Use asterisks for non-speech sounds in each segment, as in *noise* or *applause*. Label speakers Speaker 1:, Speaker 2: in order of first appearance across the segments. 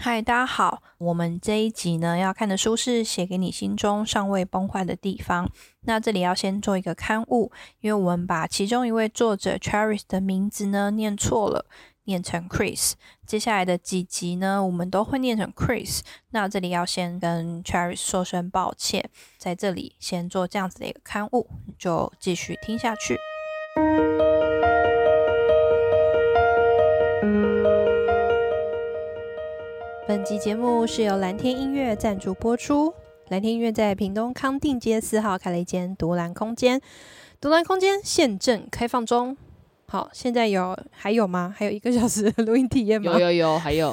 Speaker 1: 嗨，大家好，我们这一集呢要看的书是《写给你心中尚未崩坏的地方》。那这里要先做一个刊物，因为我们把其中一位作者 Cherish 的名字呢念错了，念成 Chris。接下来的几集呢，我们都会念成 Chris。那这里要先跟 Cherish 说声抱歉，在这里先做这样子的一个刊物，就继续听下去。本集节目是由蓝天音乐赞助播出。蓝天音乐在屏东康定街四号开了一间独蓝空间，独蓝空间现正开放中。好，现在有还有吗？还有一个小时的录音体验吗？
Speaker 2: 有有有，还有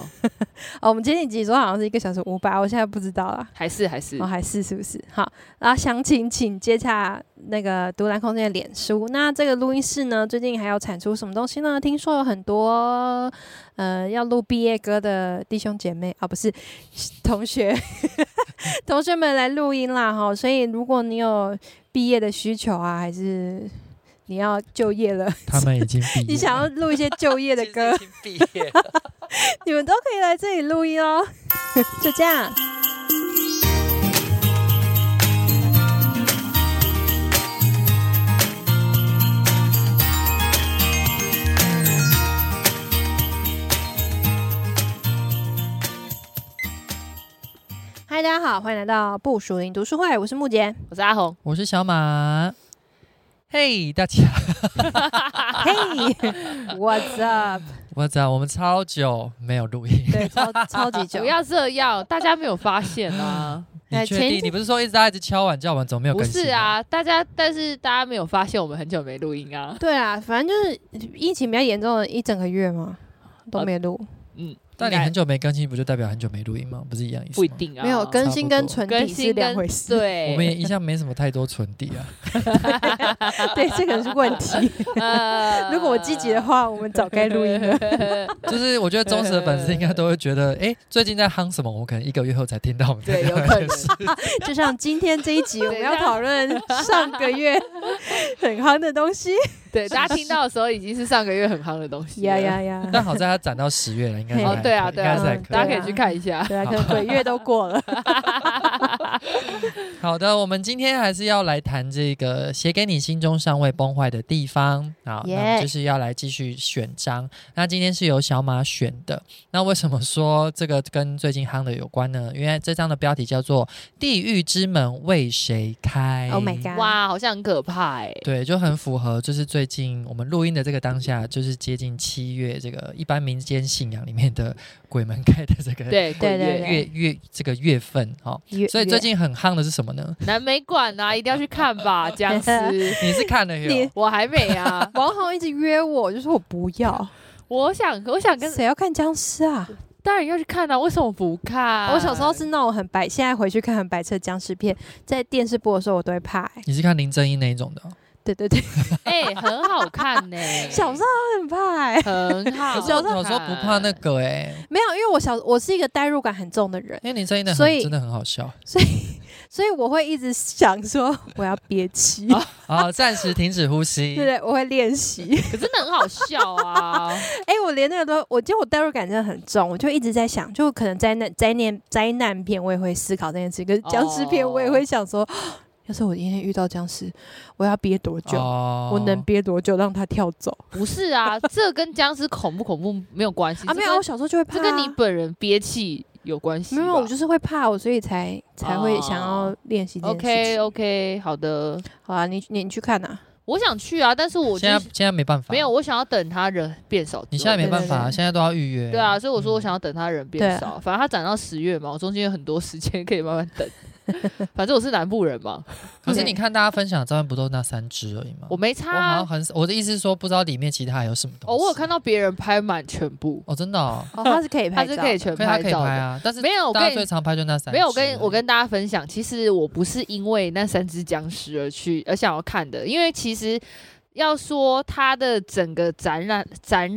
Speaker 1: 哦，我们前几集说好像是一个小时五百，我现在不知道啦。
Speaker 2: 还是还是
Speaker 1: 哦，还是是不是？好，然后详情请接洽那个独蓝空间的脸书。那这个录音室呢，最近还要产出什么东西呢？听说有很多呃要录毕业歌的弟兄姐妹啊，不是同学 *laughs* 同学们来录音啦哈。所以如果你有毕业的需求啊，还是你要就业了，
Speaker 3: 他们已经毕
Speaker 2: *laughs*
Speaker 3: 业，
Speaker 1: 你想要录一些就业的歌，
Speaker 4: 已经毕业了，
Speaker 1: *laughs* 你们都可以来这里录音哦。 *laughs* 就这样。嗨，大家好，欢迎来到不属灵读书会，我是木 *laughs* 杰。
Speaker 2: 我是阿红，
Speaker 3: 我是小马。嘿、大家，
Speaker 1: 嘿、w h a t s *laughs* up？
Speaker 3: 我知道我们超久没有录音。
Speaker 2: *laughs*
Speaker 1: 对，超超级久
Speaker 2: 不。要这样，大家没有发现
Speaker 3: *laughs*
Speaker 2: 啊？
Speaker 1: 哎
Speaker 3: 你确
Speaker 1: 前一
Speaker 3: 定？你不是说一直在一直敲碗叫我们，怎么没有
Speaker 2: 不
Speaker 3: 更新？
Speaker 2: 是，啊，大家但是大家没有发现我们很久没录音啊。
Speaker 1: 对啊，反正就是疫情比较严重的一整个月嘛，都没录。
Speaker 2: 嗯，
Speaker 3: 但你
Speaker 2: 应该
Speaker 3: 很久没更新，不就代表很久没录音吗？不是一样意思吗？
Speaker 2: 不一定啊，
Speaker 1: 没有更新跟存
Speaker 2: 更
Speaker 1: 底是
Speaker 2: 新
Speaker 1: 两
Speaker 2: 跟
Speaker 1: 回事，
Speaker 2: 对，
Speaker 3: *laughs* 我们也一向没什么太多存底
Speaker 2: *laughs*
Speaker 3: 啊。
Speaker 1: *laughs* 对，这个是问题。
Speaker 3: *laughs*
Speaker 2: 呃
Speaker 1: 如果我积极的，话，我们早该录音
Speaker 2: *laughs*
Speaker 1: 了。
Speaker 3: 就是我觉得忠实的粉丝应该都会觉得，哎、最近在夯什么？我可能一个月后才听到我们在
Speaker 2: 对，有
Speaker 3: 聊
Speaker 2: 可
Speaker 3: 天
Speaker 2: 能。
Speaker 1: 就像今天这一集，我们要
Speaker 2: *laughs*
Speaker 1: 讨论上个月很夯的东西。
Speaker 2: 对，大家听到的时候已经是上个月很夯的东西了。
Speaker 1: 呀呀呀！
Speaker 3: *laughs* 但好在它攒到十月了，应该是
Speaker 1: 嘿
Speaker 3: 还
Speaker 2: 哦，对啊，
Speaker 3: 应
Speaker 2: 对
Speaker 3: 该
Speaker 2: 啊
Speaker 3: 是
Speaker 1: 嗯
Speaker 3: 还可以。
Speaker 2: 大家可
Speaker 1: 对
Speaker 2: 以
Speaker 1: 啊
Speaker 2: 去看一下。
Speaker 1: 对啊，可能鬼月都过了。
Speaker 3: 好的，我们今天还是要来谈这个写给你心中尚未崩坏的地方。好，那我们
Speaker 1: Yeah
Speaker 3: 就是要来继续选章。那今天是由小马选的。那为什么说这个跟最近夯的有关呢？因为这章的标题叫做《地狱之门为谁开》。
Speaker 1: Oh my god！
Speaker 2: 哇，好像很可怕哎。
Speaker 3: 对，就很符合，就是最近我们录音的这个当下，就是接近七月，这个一般民间信仰里面的鬼门开的这个
Speaker 2: 对
Speaker 1: 对
Speaker 2: 鬼
Speaker 1: 对
Speaker 2: 月
Speaker 1: 对
Speaker 3: 月月这个月份哦。
Speaker 1: 月
Speaker 3: 所以最近很夯的是什么呢？
Speaker 2: 南美馆啊，一定要去看吧，僵尸。
Speaker 3: 你是看了有？
Speaker 1: *laughs* 你，
Speaker 2: 我还没啊
Speaker 1: 王红一直约我，就说我不要，
Speaker 2: 我想我想跟
Speaker 1: 谁要看僵尸啊？
Speaker 2: 当然要去看啊，为什么不看？
Speaker 1: 我小
Speaker 2: *laughs*
Speaker 1: 时候是那种很白，现在回去看很白痴的僵尸片，在电视播的时候我都会怕。欸
Speaker 3: 你是看林正英那一种的哦、
Speaker 1: 对对 *laughs* 对，
Speaker 2: 哎、很好看呢、
Speaker 1: 小时候很怕。欸
Speaker 2: 很好看，
Speaker 3: 可是我小时候不怕那个哎、
Speaker 1: 没有，因为我小我是一个代入感很重的人，
Speaker 3: 因为林正英的
Speaker 1: 所以
Speaker 3: 很真的很好笑。
Speaker 1: 所以我会一直想说我要憋
Speaker 2: *laughs*
Speaker 1: 气，
Speaker 2: 哦
Speaker 3: 好，暂时停止呼吸
Speaker 1: 对。对，我会
Speaker 2: *laughs*
Speaker 1: 练习。
Speaker 2: 可是那很好笑啊， *laughs*
Speaker 1: 哎、我连那个都，我觉得我代入感真的很重，我就一直在想，就可能灾难、灾难、灾难片我也会思考这件事，可是僵尸片
Speaker 2: 哦
Speaker 1: 我也会想说， *gasps* 要是我今天遇到僵尸，我要憋多久？
Speaker 3: 哦
Speaker 1: 我能憋多久让他跳走
Speaker 2: 不是啊，这跟僵尸恐不恐怖没有关系
Speaker 1: 啊？没有，
Speaker 2: 这
Speaker 1: 我
Speaker 2: 跟
Speaker 1: 小时候就会怕、
Speaker 2: 这跟你本人憋气有关系吧。
Speaker 1: 没有，我就是会怕我，所以才才会想要练习这
Speaker 2: 哦
Speaker 1: 件事
Speaker 2: OK
Speaker 1: 情。
Speaker 2: OK，好的，
Speaker 1: 好啊，你你去看呐、啊，
Speaker 2: 我想去啊，但是我就
Speaker 3: 现在
Speaker 2: 是
Speaker 3: 现在没办法，
Speaker 2: 没有，，我想要等他人变少之后。
Speaker 3: 你现在没办法，
Speaker 1: 对对对
Speaker 3: 现在都要预约。
Speaker 2: 对啊，所以我说我
Speaker 3: 嗯
Speaker 2: 想要等他人
Speaker 1: 对
Speaker 2: 变
Speaker 1: 啊
Speaker 2: 少，反正他涨到十月嘛，我中间有很多时间可以慢慢
Speaker 3: *laughs*
Speaker 2: 等。反正我是南部人嘛，
Speaker 3: 可是
Speaker 1: 对
Speaker 3: 你看大家分享的照片，不都那三只而已吗？
Speaker 2: 我没差
Speaker 3: 我好
Speaker 2: 啊、
Speaker 3: 像很少，我的意思是说，不知道里面其他还有什么东西。
Speaker 2: 哦，我有看到别人拍满全部，
Speaker 3: 哦，真的哦，
Speaker 1: 哦，他是可以
Speaker 2: 他
Speaker 1: 拍
Speaker 2: 是
Speaker 1: 照，
Speaker 2: 可以全
Speaker 3: 可以，它
Speaker 2: 拍
Speaker 3: 可以
Speaker 2: 照
Speaker 3: 拍
Speaker 2: 的。
Speaker 3: 啊。但是
Speaker 2: 没有，我
Speaker 3: 大
Speaker 2: 跟
Speaker 3: 家最
Speaker 2: 你
Speaker 3: 常拍就那三只
Speaker 2: 没
Speaker 3: 而已。
Speaker 2: 有，我跟我跟大家分享，其实我不是因为那三只僵尸而去而想要看的，因为其实要说它的整个展览展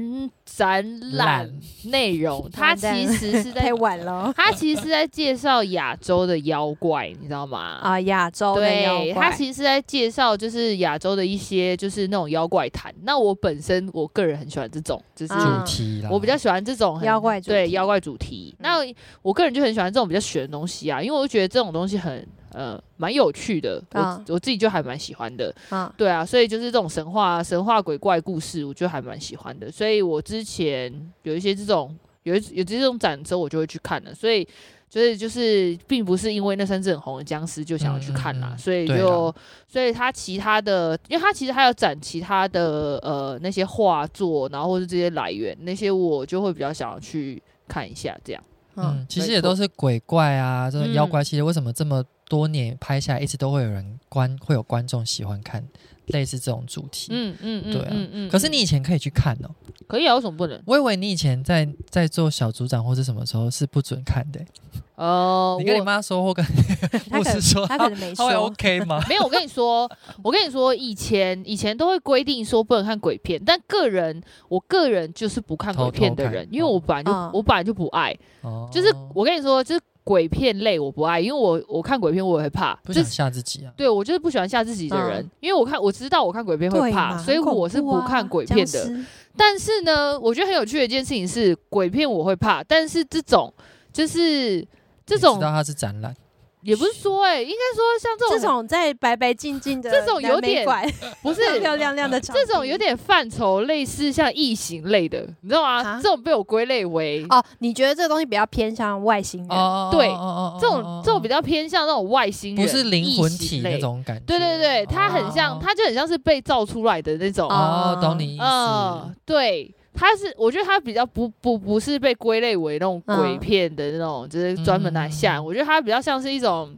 Speaker 2: 展览
Speaker 3: 懒
Speaker 2: 内
Speaker 3: *laughs*
Speaker 2: 容，它
Speaker 1: 完蛋
Speaker 2: 其
Speaker 1: 了
Speaker 2: 实是在
Speaker 1: 太晚了
Speaker 2: 它其实是在介绍亚洲的妖怪，你知道吗？
Speaker 1: 啊！亚洲的妖
Speaker 2: 对，
Speaker 1: 怪
Speaker 2: 它其实是在介绍就是亚洲的一些就是那种妖怪谈。那我本身我个人很喜欢这种，就是
Speaker 1: 啊
Speaker 3: 主题啦，
Speaker 2: 嗯我比较喜欢这种很
Speaker 1: 妖怪主
Speaker 2: 对
Speaker 1: 题嗯
Speaker 2: 妖怪主题。那我个人就很喜欢这种比较玄的东西啊，因为我就觉得这种东西很呃蛮有趣的，我、
Speaker 1: 啊
Speaker 2: 我自己就还蛮喜欢的。
Speaker 1: 啊，
Speaker 2: 对啊，所以就是这种神话、神话鬼怪故事，我就还蛮喜欢的。所以我之前有一些这种有一有这种展之后，我就会去看了。所以就是就是，并不是因为那三只很红的僵尸就想要去看啦，
Speaker 3: 嗯嗯嗯
Speaker 2: 所以
Speaker 3: 对
Speaker 2: 就
Speaker 3: 啦
Speaker 2: 所以他其他的，因为他其实还有展其他的呃那些画作，然后或是这些来源那些，我就会比较想要去看一下这样。
Speaker 1: 嗯
Speaker 3: 嗯，其实
Speaker 2: 没
Speaker 3: 也
Speaker 2: 错
Speaker 3: 都是鬼怪啊，这种
Speaker 2: 嗯
Speaker 3: 妖怪系列，为什么这么多年拍下来，一直都会有人观会有观众喜欢看类似这种主题？
Speaker 2: 嗯嗯嗯，
Speaker 3: 对啊
Speaker 2: 嗯嗯。
Speaker 3: 可是你以前可以去看哦，
Speaker 2: 可以啊，为什么不能？
Speaker 3: 我以为你以前在在做小组长或是什么时候是不准看的欸、
Speaker 2: 呃，
Speaker 3: 你跟你
Speaker 2: 我
Speaker 3: 妈说或跟
Speaker 1: 他
Speaker 3: *laughs* 牧
Speaker 1: 可
Speaker 3: 师说，
Speaker 2: 哦
Speaker 1: 他可能没
Speaker 3: 他会
Speaker 1: 说，
Speaker 3: OK 吗？
Speaker 2: 没有，我跟你说，我跟你说，以前以前都会规定说不能看鬼片，但个人我个人就是不看鬼片的人，
Speaker 3: 偷偷看
Speaker 2: 因为我本来就、
Speaker 1: 嗯
Speaker 2: 我本来就不爱，
Speaker 3: 哦
Speaker 2: *laughs* 就是我跟你说，就是鬼片类我不爱，因为我我看鬼片我也会怕，
Speaker 3: 不
Speaker 2: 就
Speaker 3: 想
Speaker 2: 是
Speaker 3: 吓自己啊。
Speaker 2: 对我就是不喜欢吓自己的人，
Speaker 1: 嗯
Speaker 2: 因为我看我知道我看鬼片会
Speaker 1: 对
Speaker 2: 怕，
Speaker 1: 嘛
Speaker 2: 所以
Speaker 1: 很恐
Speaker 2: 我是
Speaker 1: 怖
Speaker 2: 不
Speaker 1: 啊
Speaker 2: 看鬼片的。
Speaker 1: 僵尸
Speaker 2: 但是呢，我觉得很有趣的一件事情是，鬼片我会怕，但是这种就是这
Speaker 3: 你
Speaker 2: 种
Speaker 3: 知道它是展览，
Speaker 2: 也不是说哎、应该说像这种
Speaker 1: 这种在白白净净的
Speaker 2: 这种有
Speaker 1: 南美
Speaker 2: 点
Speaker 1: 馆
Speaker 2: 不是
Speaker 1: *laughs* 漂漂亮亮的场地，
Speaker 2: 这种有点范畴类似像异形类的，你知道吗？
Speaker 1: 啊
Speaker 2: 这种被我归类为、
Speaker 1: 哦，你觉得这个东西比较偏向外星人？
Speaker 3: 哦
Speaker 2: 对
Speaker 3: 哦
Speaker 2: 这种这种比较偏向那种外星人，
Speaker 3: 不是灵魂体那
Speaker 2: 异形类。
Speaker 3: 种感觉。
Speaker 2: 对对对，它很像，
Speaker 3: 哦
Speaker 2: 它就很像是被造出来的那种。
Speaker 1: 哦
Speaker 3: 哦，懂你意思。
Speaker 2: 嗯，对，它是我觉得它比较不不不是被归类为那种鬼片的那种，就是专门来吓人。
Speaker 3: 嗯
Speaker 2: 我觉得它比较像是一种，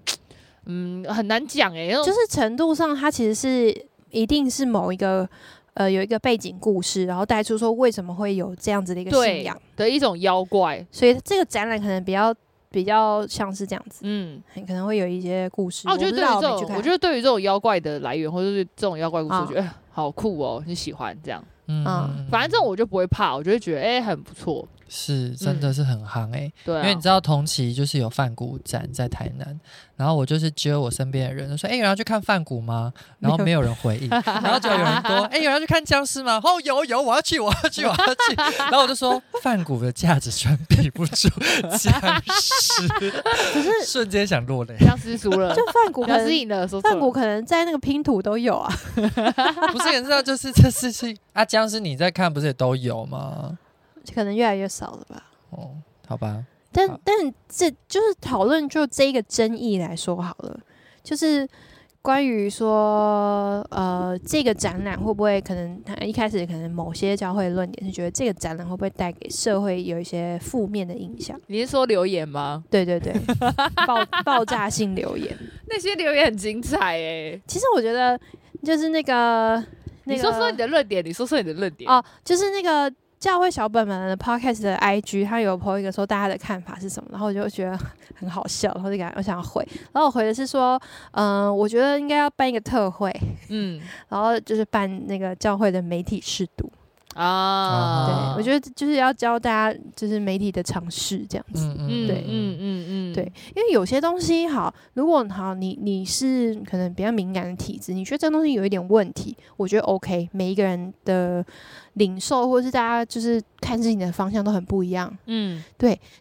Speaker 2: 嗯，很难讲哎、欸，那
Speaker 1: 就
Speaker 2: 种
Speaker 1: 是程度上，它其实是一定是某一个呃有一个背景故事，然后带出说为什么会有这样子的一个信
Speaker 2: 对
Speaker 1: 仰，
Speaker 2: 的一种妖怪。
Speaker 1: 所以这个展览可能比较比较像是这样子，
Speaker 2: 嗯，
Speaker 1: 很可能会有一些故事。
Speaker 2: 啊，我觉得
Speaker 1: 不
Speaker 2: 对
Speaker 1: 知
Speaker 2: 于
Speaker 1: 道
Speaker 2: 这
Speaker 1: 我没去
Speaker 2: 种，
Speaker 1: 看
Speaker 2: 我觉得对于这种妖怪的来源，或者是这种妖怪故事，
Speaker 1: 啊
Speaker 2: 我觉得、哎 *laughs* 好酷哦，很喜欢这样。
Speaker 3: 嗯
Speaker 1: 嗯
Speaker 2: 反正这种我就不会怕，我就会觉得哎、很不错。
Speaker 3: 是真的是很夯哎、
Speaker 2: 嗯对、啊，
Speaker 3: 因为你知道同期就是有梵谷展在台南，然后我就是揪我身边的人说，哎、有人要去看梵谷吗？然后没有人回
Speaker 2: *laughs*
Speaker 3: 应，然后就有人多，哎、有人要去看僵尸吗？哦，有有，我要去，我要去，我要去。然后我就说，梵谷的价值全比不住僵
Speaker 2: *laughs*
Speaker 3: 尸，
Speaker 1: 可是
Speaker 3: 瞬间想落泪。
Speaker 2: 僵尸输了，
Speaker 1: 就范谷可
Speaker 2: 僵尸
Speaker 1: 能
Speaker 2: 赢了，说错
Speaker 1: 范
Speaker 2: 了
Speaker 1: 谷。可能在那个拼图都有啊，
Speaker 3: 不是，你知道，就是这事情啊，僵尸你在看不是也都有吗？
Speaker 1: 可能越来越少了吧。
Speaker 3: 哦，好吧，
Speaker 1: 但
Speaker 3: 好
Speaker 1: 但这就是讨论就这一个争议来说好了，就是关于说呃这个展览会不会可能他一开始可能某些教会的论点是觉得这个展览会不会带给社会有一些负面的影响？
Speaker 2: 你是说留言吗？
Speaker 1: 对
Speaker 2: *laughs*
Speaker 1: 对对，爆爆炸性留言。
Speaker 2: 那些留言很精彩哎、
Speaker 1: 其实我觉得就是那个那个
Speaker 2: 你说说你的论点，你说说你的论点。
Speaker 1: 哦，就是那个教会小本们的 podcast 的 IG，他有 po 一个说大家的看法是什么，然后我就觉得 *laughs* 很好笑，然后就感我想要回，然后我回的是说，嗯、我觉得应该要办一个特会，
Speaker 2: 嗯
Speaker 1: 然后就是办那个教会的媒体试读，对、
Speaker 2: 啊，
Speaker 1: 我觉得就是要教大家就是媒体的尝试这样子。
Speaker 3: 嗯嗯，
Speaker 2: 嗯
Speaker 1: 对
Speaker 2: 嗯嗯嗯，
Speaker 1: 对，因为有些东西好，如果好，你你是可能比较敏感的体质，你觉得这东西有一点问题，我觉得 OK。每一个人的领受或是大家就是看事情的方向都很不一样，
Speaker 2: 嗯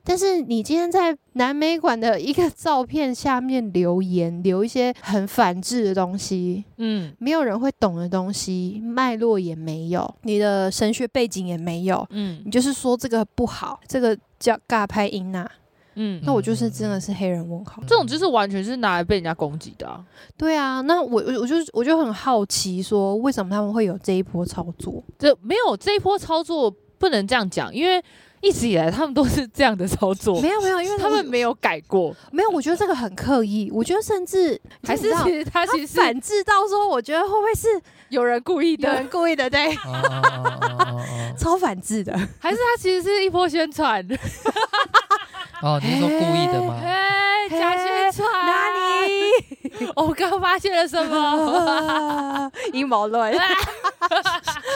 Speaker 1: 但是你今天在南美馆的一个照片下面留言，留一些很反制的东西，
Speaker 2: 嗯
Speaker 1: 没有人会懂的东西，脉络也没有，你的神学背景也没有，你
Speaker 2: 嗯
Speaker 1: 就是说这个不好，这个叫尬拍音呐、
Speaker 2: 嗯，
Speaker 1: 那我就是真的是黑人问号。
Speaker 2: 这种就是完全是拿来被人家攻击的、啊。
Speaker 1: 对啊，那我我我就我就很好奇，说为什么他们会有这一波操作？
Speaker 2: 这没有这一波操作不能这样讲，因为一直以来他们都是这样的操作，
Speaker 1: 没有没有，因为
Speaker 2: 哦他们没有改过，
Speaker 1: 没有，我觉得这个很刻意，我觉得甚至
Speaker 2: 还
Speaker 1: 你
Speaker 2: 是
Speaker 1: 知道
Speaker 2: 其实他
Speaker 1: 他
Speaker 2: 其实是
Speaker 1: 反制到说，我觉得会不会是
Speaker 2: 有人故意
Speaker 1: 有
Speaker 2: 的，
Speaker 1: 人故意
Speaker 2: *laughs*
Speaker 1: 的？对，
Speaker 2: 嗯
Speaker 3: 哦。哦哦哦哦哦
Speaker 1: 超反制的。
Speaker 2: 还是他其实是一波宣传，
Speaker 1: 啊
Speaker 3: 哦，你是说故意的吗？
Speaker 2: 哎，假宣传，
Speaker 1: 哪里？
Speaker 2: *laughs* 我刚发现了什
Speaker 1: *laughs*
Speaker 2: 么？ *laughs* *laughs*
Speaker 1: 阴谋论。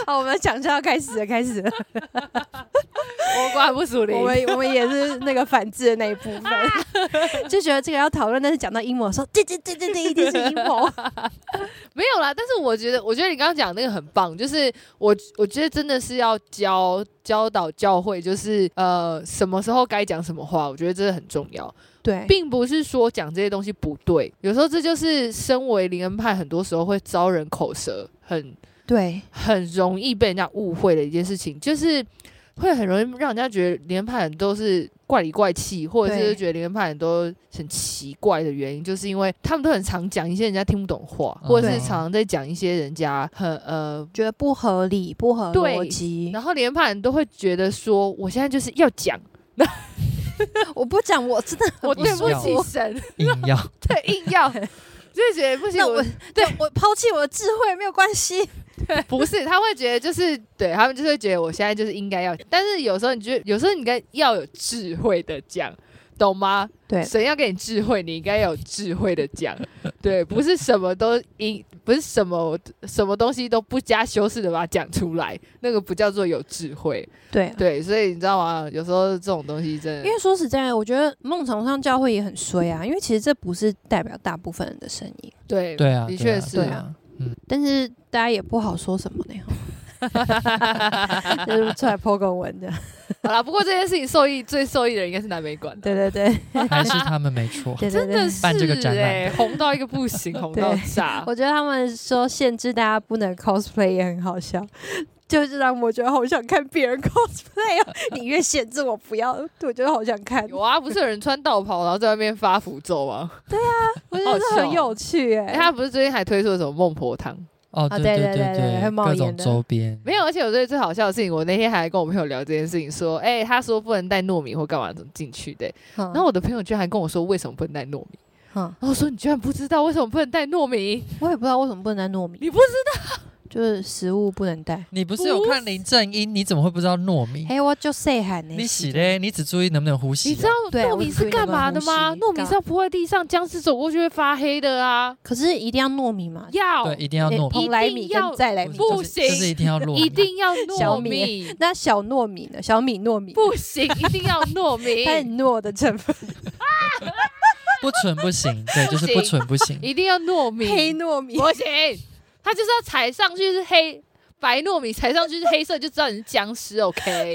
Speaker 1: 好，我们讲就要开始了，开始了。
Speaker 2: 我果然不属灵
Speaker 1: 我。们我们也是那个反制的那一部
Speaker 2: *laughs*
Speaker 1: 分，就觉得这个要讨论，但是讲到阴谋，说这这这这这一定是阴谋，
Speaker 2: 没有啦，但是我觉得，我觉得你刚刚讲那个很棒，就是我我觉得真的是要教教导教会，就是呃什么时候该讲什么话，我觉得这个很重要，
Speaker 1: 对，
Speaker 2: 并不是说讲这些东西不对，有时候这就是身为灵恩派，很多时候会遭人口舌，很
Speaker 1: 对
Speaker 2: 很容易被人家误会的一件事情，就是会很容易让人家觉得灵恩派人都是。怪里怪气，或者是
Speaker 1: 对
Speaker 2: 觉得灵恩派人都很奇怪的原因，就是因为他们都很常讲一些人家听不懂的话，
Speaker 3: 嗯
Speaker 2: 或者是
Speaker 1: 对
Speaker 2: 常常在讲一些人家很呃
Speaker 1: 觉得不合理、不合
Speaker 2: 对
Speaker 1: 逻辑。
Speaker 2: 然后连判人都会觉得说，我现在就是要讲，
Speaker 1: 我不讲，我真的很
Speaker 2: *laughs* 我
Speaker 1: 不
Speaker 2: 对不
Speaker 1: 舒
Speaker 2: 起
Speaker 1: 服
Speaker 2: 神，
Speaker 3: 硬
Speaker 2: *laughs*
Speaker 3: 要
Speaker 2: 对，硬要，就是觉得不行
Speaker 1: 那，
Speaker 2: 我
Speaker 1: 我 *laughs* 对我抛弃我的智慧没有关系，
Speaker 2: 不是，他会觉得就是对他们就是会觉得我现在就是应该要，但是有时候你觉得，有时候你应该要有智慧的讲。懂吗？
Speaker 1: 对
Speaker 2: 神要给你智慧，你应该要有智慧的讲，对，不是什么都应，不是什么什么东西都不加修饰的把它讲出来，那个不叫做有智慧，
Speaker 1: 对。
Speaker 2: 对，所以你知道吗？有时候这种东西真的，
Speaker 1: 因为说实在，我觉得梦崇尚教会也很衰啊，因为其实这不是代表大部分人的声音，
Speaker 2: 对
Speaker 3: 对啊，
Speaker 2: 的
Speaker 3: 对
Speaker 2: 确
Speaker 3: 啊
Speaker 2: 是
Speaker 3: 对啊，
Speaker 1: 但是大家也不好说什么呢，哈 *laughs* 就是出来抛个文的，
Speaker 2: 好啦，不过这件事情受益最受益的人应该是南美馆的，
Speaker 1: *laughs* 对对对啊
Speaker 3: 还是他们没错。
Speaker 1: *laughs* 对对对，
Speaker 2: 真的是
Speaker 3: 办这个展览
Speaker 2: 哎、红到一个不行，红到炸。
Speaker 1: 我觉得他们说限制大家不能 cosplay 也很好笑，就是让我觉得好想看别人 cosplay 哦。 *laughs* 你越限制我不要，我觉得好想看，
Speaker 2: 有啊，不是有人穿道袍，然后在外面发符咒
Speaker 1: *laughs*
Speaker 2: 吗？
Speaker 1: 我觉得这
Speaker 2: 好
Speaker 1: 很
Speaker 2: 笑
Speaker 1: 有趣哎、
Speaker 2: 哎、他不是最近还推出了什么孟婆汤？
Speaker 3: 哦，
Speaker 1: 啊
Speaker 3: 对
Speaker 1: 对
Speaker 3: 对
Speaker 1: 对对对会冒
Speaker 3: 各
Speaker 1: 烟
Speaker 3: 种
Speaker 1: 的
Speaker 3: 周边
Speaker 2: 没有，而且我觉得最好笑的事情，我那天还跟我朋友聊这件事情，说，哎、他说不能带糯米或干嘛怎么进去的、
Speaker 1: 嗯
Speaker 2: 然后我的朋友居然还跟我说，为什么不能带糯米？
Speaker 1: 嗯
Speaker 2: 然后我说，你居然不知道为什么不能带糯米？
Speaker 1: 我也不知道为什么不能带糯米，
Speaker 2: 你不知
Speaker 1: 就是食物不能带。
Speaker 3: 你不是有看林正英？你怎么会不知道糯米？
Speaker 1: 哎、我就谁喊呢？
Speaker 3: 嗯你洗嘞？你只注意能不能呼吸啊？
Speaker 2: 你知道
Speaker 1: 对
Speaker 2: 糯米是干嘛的吗？
Speaker 1: 我以为那
Speaker 2: 糯
Speaker 1: 个东西
Speaker 2: 米是要铺在地上，僵尸走过去会发黑的啊！
Speaker 1: 可是一定要糯米嘛？
Speaker 2: 要
Speaker 3: 对，一定要
Speaker 1: 诶
Speaker 3: 糯米，
Speaker 1: 蓬莱米
Speaker 2: 一定要
Speaker 1: 跟再来米。
Speaker 2: 不
Speaker 3: 就是就是
Speaker 2: 行
Speaker 3: 一定要糯米，啊
Speaker 2: 一定要糯
Speaker 1: 小
Speaker 2: 米
Speaker 1: 米，那小糯米呢？小米糯米
Speaker 2: 不行，一定要糯
Speaker 1: *laughs*
Speaker 2: 米，
Speaker 1: 它很糯的成分，
Speaker 3: 不纯不行，对，就是
Speaker 2: 不
Speaker 3: 不
Speaker 2: 行
Speaker 3: 纯不行。
Speaker 2: 一定要糯米，
Speaker 1: 黑糯
Speaker 2: *laughs*
Speaker 1: 米。
Speaker 2: 不行，它就是要踩上去是黑白糯米，踩上去是黑色，就知道你是僵尸。OK，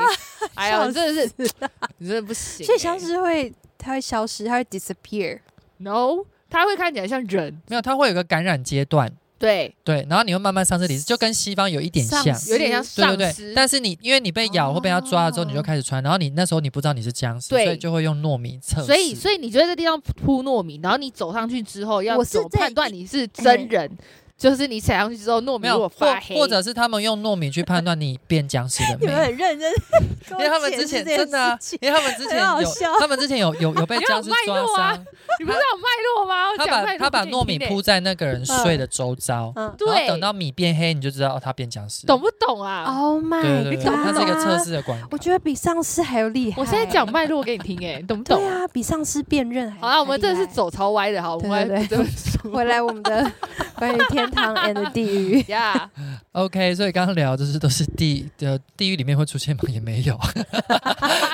Speaker 2: 哎
Speaker 1: *laughs*
Speaker 2: 呀，
Speaker 1: 笑
Speaker 2: 你真的是，
Speaker 1: 死
Speaker 2: 你真的不行、欸
Speaker 1: 所以僵尸会它会消失，它会 disappear。
Speaker 2: no，它会看起来像人，
Speaker 3: 没有，它会有个感染阶段，
Speaker 2: 对，
Speaker 3: 对，然后你会慢慢丧失理智，就跟西方有一点像
Speaker 1: 丧。失
Speaker 2: 有点像
Speaker 3: 对
Speaker 2: 丧
Speaker 3: 对
Speaker 2: 尸
Speaker 3: 对，。但是你因为你被咬或被它抓了之后，你就开始传，然后你那时候你不知道你是僵尸，所
Speaker 2: 对
Speaker 3: 以就会用糯米测试。
Speaker 2: 所以，所以你就在这地方铺糯米，然后你走上去之后，要
Speaker 1: 我是
Speaker 2: 怎么
Speaker 1: 在欸
Speaker 2: 判断你是真人？就是你踩上去之后，糯米
Speaker 3: 没
Speaker 2: 如
Speaker 3: 有
Speaker 2: 果
Speaker 3: 或
Speaker 2: 发黑，
Speaker 3: 或者是他们用糯米去判断你变僵尸了
Speaker 1: 你
Speaker 3: 没
Speaker 1: 们
Speaker 3: 有。
Speaker 1: 很
Speaker 2: *laughs*
Speaker 1: 认真，因
Speaker 3: 因为他们之前真的啊、因为他们之前
Speaker 1: 很好
Speaker 3: 有
Speaker 1: 笑，
Speaker 3: 他们之前有有有被
Speaker 2: 没有
Speaker 3: 僵尸
Speaker 2: 脉
Speaker 3: 抓
Speaker 2: 络啊
Speaker 3: 伤，
Speaker 2: 你不是有脉络吗？我
Speaker 3: 他
Speaker 2: 讲脉
Speaker 3: 把
Speaker 2: 络
Speaker 3: 他把
Speaker 2: 给你
Speaker 3: 糯米
Speaker 2: 听欸
Speaker 3: 铺在那个人睡的周遭，
Speaker 1: 嗯
Speaker 3: 然后
Speaker 2: 对，
Speaker 3: 等到米变黑，你就知道哦他变僵尸。
Speaker 2: 懂不懂啊？
Speaker 1: ，Oh my
Speaker 3: 对
Speaker 1: god，
Speaker 3: 对对，它是一个测试的广告
Speaker 1: 我。觉得比丧尸还要厉害。
Speaker 2: 我现在讲脉络给你听，哎，懂不懂
Speaker 1: 对？啊，比丧尸辨认还
Speaker 2: 好了，我们这是。
Speaker 1: 还厉
Speaker 2: 走超歪的，好，我们来
Speaker 1: 对对对
Speaker 2: *laughs* 这么说
Speaker 1: *laughs* 害回来我们的 *laughs* 关于天堂 and 地狱，
Speaker 2: 呀。
Speaker 3: OK，所以刚刚聊就是都是地的地狱里面会出现吗？也没有， *laughs*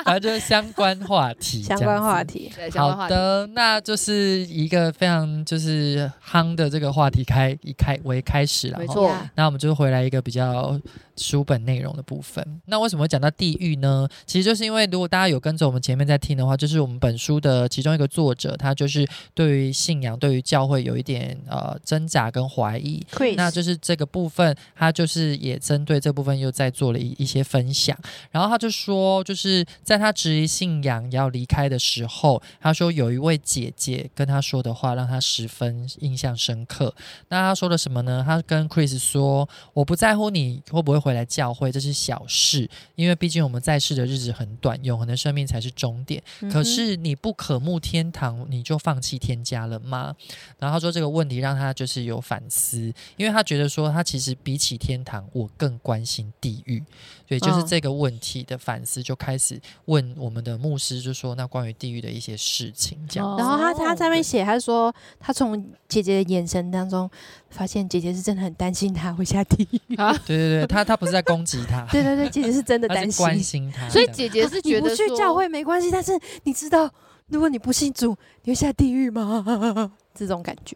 Speaker 3: 反正就是相关话题。
Speaker 1: 相关话
Speaker 3: 题。
Speaker 1: 题。
Speaker 2: 对相关
Speaker 3: 好
Speaker 2: 话题
Speaker 3: 的，那就是一个非常就是夯的这个话题开一开为开始了，
Speaker 2: 没
Speaker 3: 哈
Speaker 2: 错
Speaker 1: 呀
Speaker 3: 那我们就回来一个比较书本内容的部分。那为什么会讲到地狱呢？其实就是因为如果大家有跟着我们前面在听的话，就是我们本书的其中一个作者，他就是对于信仰、对于教会有一点呃挣扎跟怀疑。
Speaker 1: Chris，
Speaker 3: 那就是这个部分，他就是也针对这部分又在做了一一些分享。然后他就说，就是在他质疑信仰要离开的时候，他说有一位姐姐跟他说的话让他十分印象深刻。那他说了什么呢？他跟 Chris 说：“我不在乎你会不会回来教会，这是小事，因为毕竟我们在世的日子很短，永恒的生命才是终点。
Speaker 1: 嗯哼
Speaker 3: 可是你不渴慕天堂，你就放弃添加了吗？然后他说这个问题让他就是有反思，因为他觉得说他其实比起起天堂，我更关心地狱。所以就是
Speaker 2: 嗯
Speaker 3: 这个问题的反思，就开始问我们的牧师，就说那关于地狱的一些事情，这样。
Speaker 2: 哦
Speaker 1: 然后他他在那边
Speaker 3: 对
Speaker 1: 写，他说他从姐姐的眼神当中发现姐姐是真的很担心他会下地狱。 *laughs*
Speaker 3: 对对对，他他不是在攻击
Speaker 2: *laughs*
Speaker 3: 他，
Speaker 1: 对对对，姐姐是真的
Speaker 3: 他
Speaker 1: 担
Speaker 3: 是
Speaker 1: 心。
Speaker 3: 关心他。
Speaker 2: 哦所以
Speaker 3: 这样
Speaker 2: 姐姐是
Speaker 1: 啊你
Speaker 2: 觉
Speaker 1: 不
Speaker 2: 得
Speaker 1: 去
Speaker 2: 说
Speaker 1: 教会没关系，但是你知道，如果你不信主，你会下地狱吗？ *laughs* 这种感觉。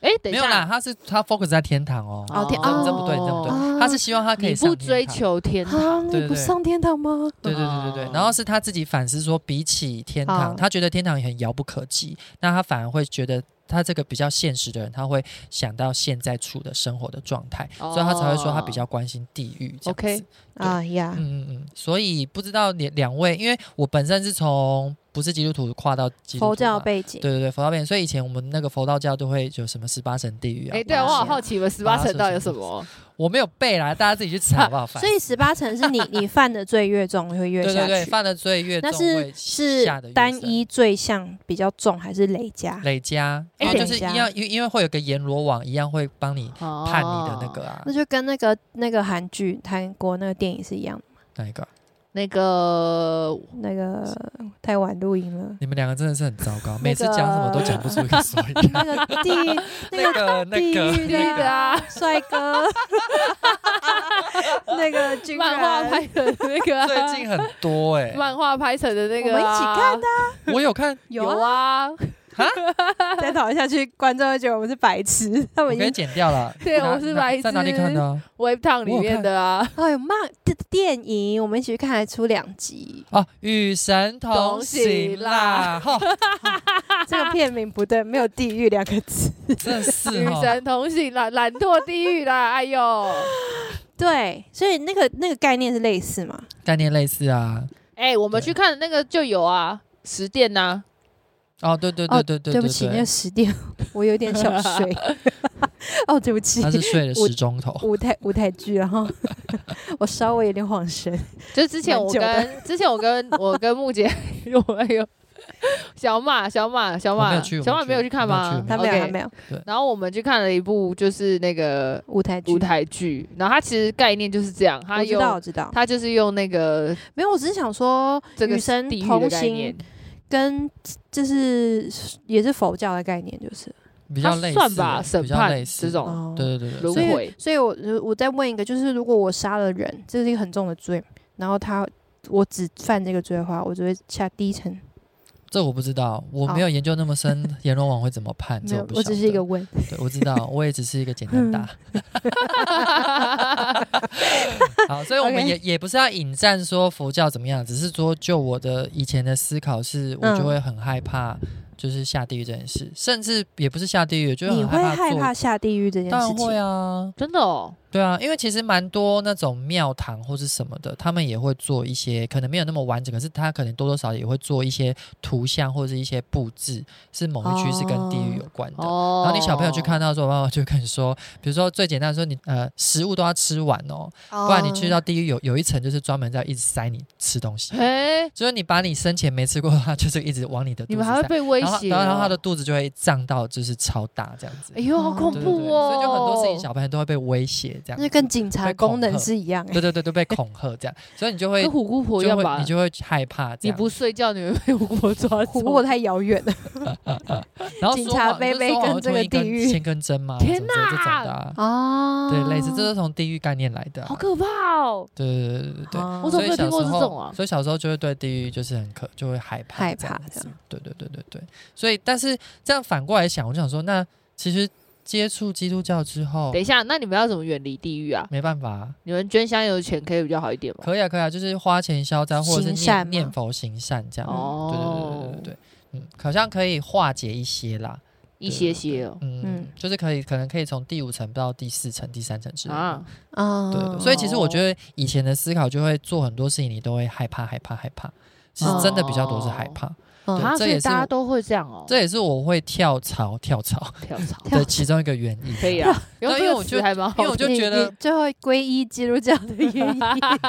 Speaker 2: 哎、等一
Speaker 3: 没有啦，
Speaker 2: 下，
Speaker 3: 他是他 focus 在天堂哦。
Speaker 1: 哦天
Speaker 3: 这这不对，这不对，
Speaker 1: 哦
Speaker 3: 他是希望他可以
Speaker 2: 你
Speaker 3: 上
Speaker 2: 不
Speaker 3: 天
Speaker 2: 追
Speaker 3: 堂。
Speaker 2: 求天堂，
Speaker 1: 啊，
Speaker 3: 对
Speaker 1: 你
Speaker 3: 对
Speaker 1: 不
Speaker 3: 对
Speaker 1: 上天堂吗？
Speaker 3: 对对对对对，
Speaker 2: 哦
Speaker 3: 然后是他自己反思说，比起天堂，
Speaker 1: 哦
Speaker 3: 他觉得天堂也很遥不可及，那他反而会觉得他这个比较现实的人，他会想到现在处的生活的状态，
Speaker 2: 哦
Speaker 3: 所以他才会说他比较关心地狱这样子。
Speaker 2: OK
Speaker 3: 对
Speaker 1: 啊呀，
Speaker 3: 嗯嗯嗯，所以不知道两两位，因为我本身是从不是基督徒跨到基督徒
Speaker 1: 佛教
Speaker 3: 嘛
Speaker 1: 背景，
Speaker 3: 对对对，佛教背景，所以以前我们那个佛道教都会有什么十八层地狱啊。
Speaker 2: 哎、对啊，我
Speaker 1: 哇
Speaker 2: 好好奇，你们十八层到底有什么？
Speaker 3: 我没有背啦，大家自己去查好不好？反
Speaker 1: 所以十八层是你你犯的罪越重会越
Speaker 3: 对
Speaker 1: 下
Speaker 3: 对
Speaker 1: 去，
Speaker 3: 对，犯的罪越重
Speaker 1: 那
Speaker 3: 会
Speaker 1: 是是
Speaker 3: 下的越
Speaker 1: 单
Speaker 3: 深
Speaker 1: 一罪项比较重还是累加？
Speaker 3: 累加，
Speaker 2: 哎
Speaker 3: 然后就是
Speaker 1: 累
Speaker 3: 一
Speaker 1: 加
Speaker 3: 样，因因为会有个阎罗网一样会帮你判
Speaker 2: 判
Speaker 3: 你的那个啊
Speaker 1: 那，就跟那个那个韩剧、韩国那个电影是一样的，
Speaker 3: 哪一个啊？。
Speaker 2: 那个
Speaker 1: 那个太晚录音了 *laughs*
Speaker 3: 你们两个真的是很糟糕，每次
Speaker 1: 那个
Speaker 3: 讲什么都讲不出一个所以
Speaker 1: 那个地
Speaker 3: 那
Speaker 1: 那
Speaker 3: 个那
Speaker 1: 地
Speaker 3: 个
Speaker 1: 狱的
Speaker 3: 那个，
Speaker 1: 啊帅 *laughs* 哥，那个军人
Speaker 2: 漫画拍的那个、啊
Speaker 3: *laughs* 最近很多哎，
Speaker 2: 漫画拍成的那个、
Speaker 1: 我们一起看
Speaker 2: 的、
Speaker 3: 我有看，
Speaker 1: 有
Speaker 2: 有
Speaker 1: 啊，
Speaker 2: 啊，
Speaker 1: 再讨论下去，观众会觉得我们是白痴。他
Speaker 3: 我
Speaker 1: 们已
Speaker 3: 给你
Speaker 1: 经
Speaker 3: 剪掉了。
Speaker 2: 对
Speaker 3: 哪
Speaker 2: 我是
Speaker 3: 哪
Speaker 2: 白
Speaker 3: 在哪里
Speaker 2: 痴
Speaker 3: 看的啊？。
Speaker 2: Web Town 里面的啊，
Speaker 1: 哎呦，漫电电影，我们一起去看，还出两 *laughs* 集
Speaker 3: 哦，与神同
Speaker 2: 同
Speaker 3: 行
Speaker 2: 行
Speaker 3: 啦！哈，
Speaker 1: 这个片名不对，没有“地狱”两个字。
Speaker 3: *laughs* 真的
Speaker 2: *laughs*
Speaker 3: 是
Speaker 2: 与
Speaker 3: 哦，
Speaker 2: 神同行啦，懒惰地狱啦，哎呦，
Speaker 1: *laughs* 对，所以那个那个概念是类似嘛？
Speaker 3: 概念类似啊。
Speaker 2: 哎、我们去看的那个就有啊，十店呐、
Speaker 3: 哦，对对对
Speaker 1: 哦
Speaker 3: 对对
Speaker 1: 对不起，那个十点 *laughs* 我有点小 *laughs* 睡。哦，对不起 *laughs*
Speaker 3: 他，是睡了
Speaker 1: 我
Speaker 3: 十钟头。
Speaker 1: 舞台舞台剧，
Speaker 3: *laughs*
Speaker 1: 然后我稍微有点晃神。
Speaker 3: 嗯
Speaker 2: 就之前我
Speaker 1: 蛮 *laughs*
Speaker 2: 跟之前我跟我跟木姐，我还有小马小马小
Speaker 3: 哦我没
Speaker 2: 马
Speaker 3: 有去我没有
Speaker 2: 小马没有去看
Speaker 3: 我
Speaker 2: 吗？
Speaker 3: 没
Speaker 1: 他没有，
Speaker 2: OK
Speaker 1: 他没有
Speaker 2: 然后我们去看了一部就是那个
Speaker 1: 舞台剧。
Speaker 2: 舞台剧，然后它其实概念就是这样，它
Speaker 1: 我知道，我
Speaker 2: 用
Speaker 1: 知道，
Speaker 2: 它就是用那个
Speaker 1: 没有，我只是想说，
Speaker 2: 这个
Speaker 1: 与神
Speaker 2: 地狱的
Speaker 1: 同
Speaker 2: 概
Speaker 1: 行
Speaker 2: 念，
Speaker 1: 跟就是也是佛教的概念，就是
Speaker 3: 比较
Speaker 2: 它
Speaker 3: 类似
Speaker 2: 算吧，审
Speaker 3: 比较
Speaker 2: 判
Speaker 3: 类似
Speaker 2: 这。种
Speaker 1: 哦，
Speaker 3: 对对对对
Speaker 2: 轮
Speaker 1: 所
Speaker 3: 所以，
Speaker 2: 回
Speaker 1: 以，所以我我再问一个，就是如果我杀了人，这是一个很重的罪，然后他我只犯这个罪的话，我就会下低层。
Speaker 3: 这我不知道，我
Speaker 1: 好
Speaker 3: 没有研究那么深，阎罗王会怎么判？
Speaker 1: *laughs* 没
Speaker 3: 这
Speaker 1: 有
Speaker 3: 不，
Speaker 1: 我
Speaker 3: 晓
Speaker 1: 只是一
Speaker 3: 得
Speaker 1: 个，嗯问。
Speaker 3: 对我知道，我也只是一个简单答。好，所以我们
Speaker 1: *laughs* OK
Speaker 3: 也也不是要引战说佛教怎么样，只是说就我的以前的思考是，我就
Speaker 1: 嗯
Speaker 3: 会很害怕，就是下地狱这件事，甚至也不是下地狱，就是
Speaker 1: 你
Speaker 3: 很
Speaker 1: 会害
Speaker 3: 做
Speaker 1: 怕下地狱这件
Speaker 3: 当
Speaker 1: 事
Speaker 3: 然会
Speaker 1: 情？
Speaker 3: 啊，
Speaker 2: *laughs* 真的哦，
Speaker 3: 对啊，因为其实蛮多那种庙堂或是什么的，他们也会做一些，可能没有那么完整，可是他可能多多少少也会做一些图像或者是一些布置，是某一区是跟地狱有关的。
Speaker 2: 哦，
Speaker 3: 然后你小朋友去看到之后，妈妈就跟你说， *laughs* 比如说最简单的说你，呃食物都要吃完哦，不然你去到地狱有有一层就是专门在一直塞你吃东西，
Speaker 2: 哎，
Speaker 3: 就是你把你生前没吃过的话，就是一直往你的肚
Speaker 2: 你
Speaker 3: 子
Speaker 2: 们还会
Speaker 3: 塞，
Speaker 2: 被威
Speaker 3: 然后
Speaker 2: 胁哦，
Speaker 3: 然后然后他的肚子就会胀到就是超大这样子
Speaker 2: 哎。呦，好恐
Speaker 3: 对对对，
Speaker 2: 怖哦！
Speaker 3: 所以就很多事情，小朋友都会被威胁这样子。
Speaker 1: 那跟警察
Speaker 3: 被恐
Speaker 1: 功能
Speaker 3: 吓
Speaker 1: 是一样、 *laughs* 欸
Speaker 3: 对。对对，都被恐吓这样，所以你就
Speaker 2: *laughs*
Speaker 3: 会
Speaker 2: 跟虎姑婆一
Speaker 3: 就
Speaker 2: 样
Speaker 3: 会
Speaker 2: 吧
Speaker 3: 你？就会害怕这
Speaker 2: 你
Speaker 3: 样。
Speaker 2: 不睡觉，你会被虎姑婆
Speaker 3: *laughs*
Speaker 2: 抓
Speaker 1: 虎过
Speaker 2: 走。
Speaker 1: 太遥远了
Speaker 3: 然后
Speaker 1: 警
Speaker 3: 说
Speaker 1: 察
Speaker 3: 谎
Speaker 1: 杯
Speaker 3: 就是
Speaker 1: 杯
Speaker 3: 说
Speaker 1: 跟
Speaker 3: 谎会
Speaker 1: 这
Speaker 3: 吞
Speaker 1: 个
Speaker 3: 一根
Speaker 1: 地狱
Speaker 3: 千根针吗？
Speaker 2: 天
Speaker 3: 什么之类这种的啊、
Speaker 1: 啊
Speaker 3: *laughs* 对，类似这是从地狱概念来的啊、
Speaker 2: 好可怕哦！
Speaker 3: 对对对对对对。
Speaker 1: 啊
Speaker 2: 我怎
Speaker 3: 所
Speaker 2: 么
Speaker 3: 以
Speaker 2: 没有听
Speaker 3: 小时
Speaker 2: 过
Speaker 3: 候，
Speaker 2: 这种啊
Speaker 3: 所以小时候就会对地狱就是很可，就会害怕，
Speaker 1: 害怕
Speaker 3: 这
Speaker 1: 这
Speaker 3: 样
Speaker 1: 样
Speaker 3: 子。对对对对对，所以但是这样反过来想，我就想说，那其实接触基督教之后
Speaker 2: 等，一下，那你们要怎么远离地狱啊？
Speaker 3: 没办法啊，
Speaker 2: 你们捐香油钱可以比较好一点吗？
Speaker 3: 可以啊可以啊，就是花钱消灾或者是
Speaker 1: 行善
Speaker 3: 念
Speaker 1: 嘛
Speaker 3: 念佛行善这样。啊对对对
Speaker 2: 哦
Speaker 3: 对对，对，嗯，好像可以化解一些啦，
Speaker 2: 一些些哦。
Speaker 3: 嗯，
Speaker 1: 嗯
Speaker 3: 就是可以可能可以从第五层到第四层、第三层之类的。
Speaker 2: 啊，
Speaker 1: 啊
Speaker 3: 对对对，所以其实我觉得以前的思考就会做很多事情，你都会害怕、害怕、害怕。其实真的比较多是害怕，
Speaker 1: 嗯
Speaker 3: 对
Speaker 2: 啊，
Speaker 3: 这
Speaker 2: 所
Speaker 3: 也
Speaker 2: 以
Speaker 3: 是
Speaker 2: 大
Speaker 3: 我
Speaker 2: 家都会这样哦，
Speaker 3: 这也是我会跳槽、跳槽
Speaker 2: 跳槽
Speaker 1: *laughs* 跳
Speaker 3: 的其中一个原因。
Speaker 2: 可以啊，
Speaker 3: *laughs* 对
Speaker 2: 用
Speaker 3: 因为
Speaker 2: 这
Speaker 3: 我
Speaker 2: 个
Speaker 3: 就
Speaker 2: 词还蛮好
Speaker 3: 因为我就觉
Speaker 1: 你
Speaker 3: 得
Speaker 1: 你，最后皈依基督教的原因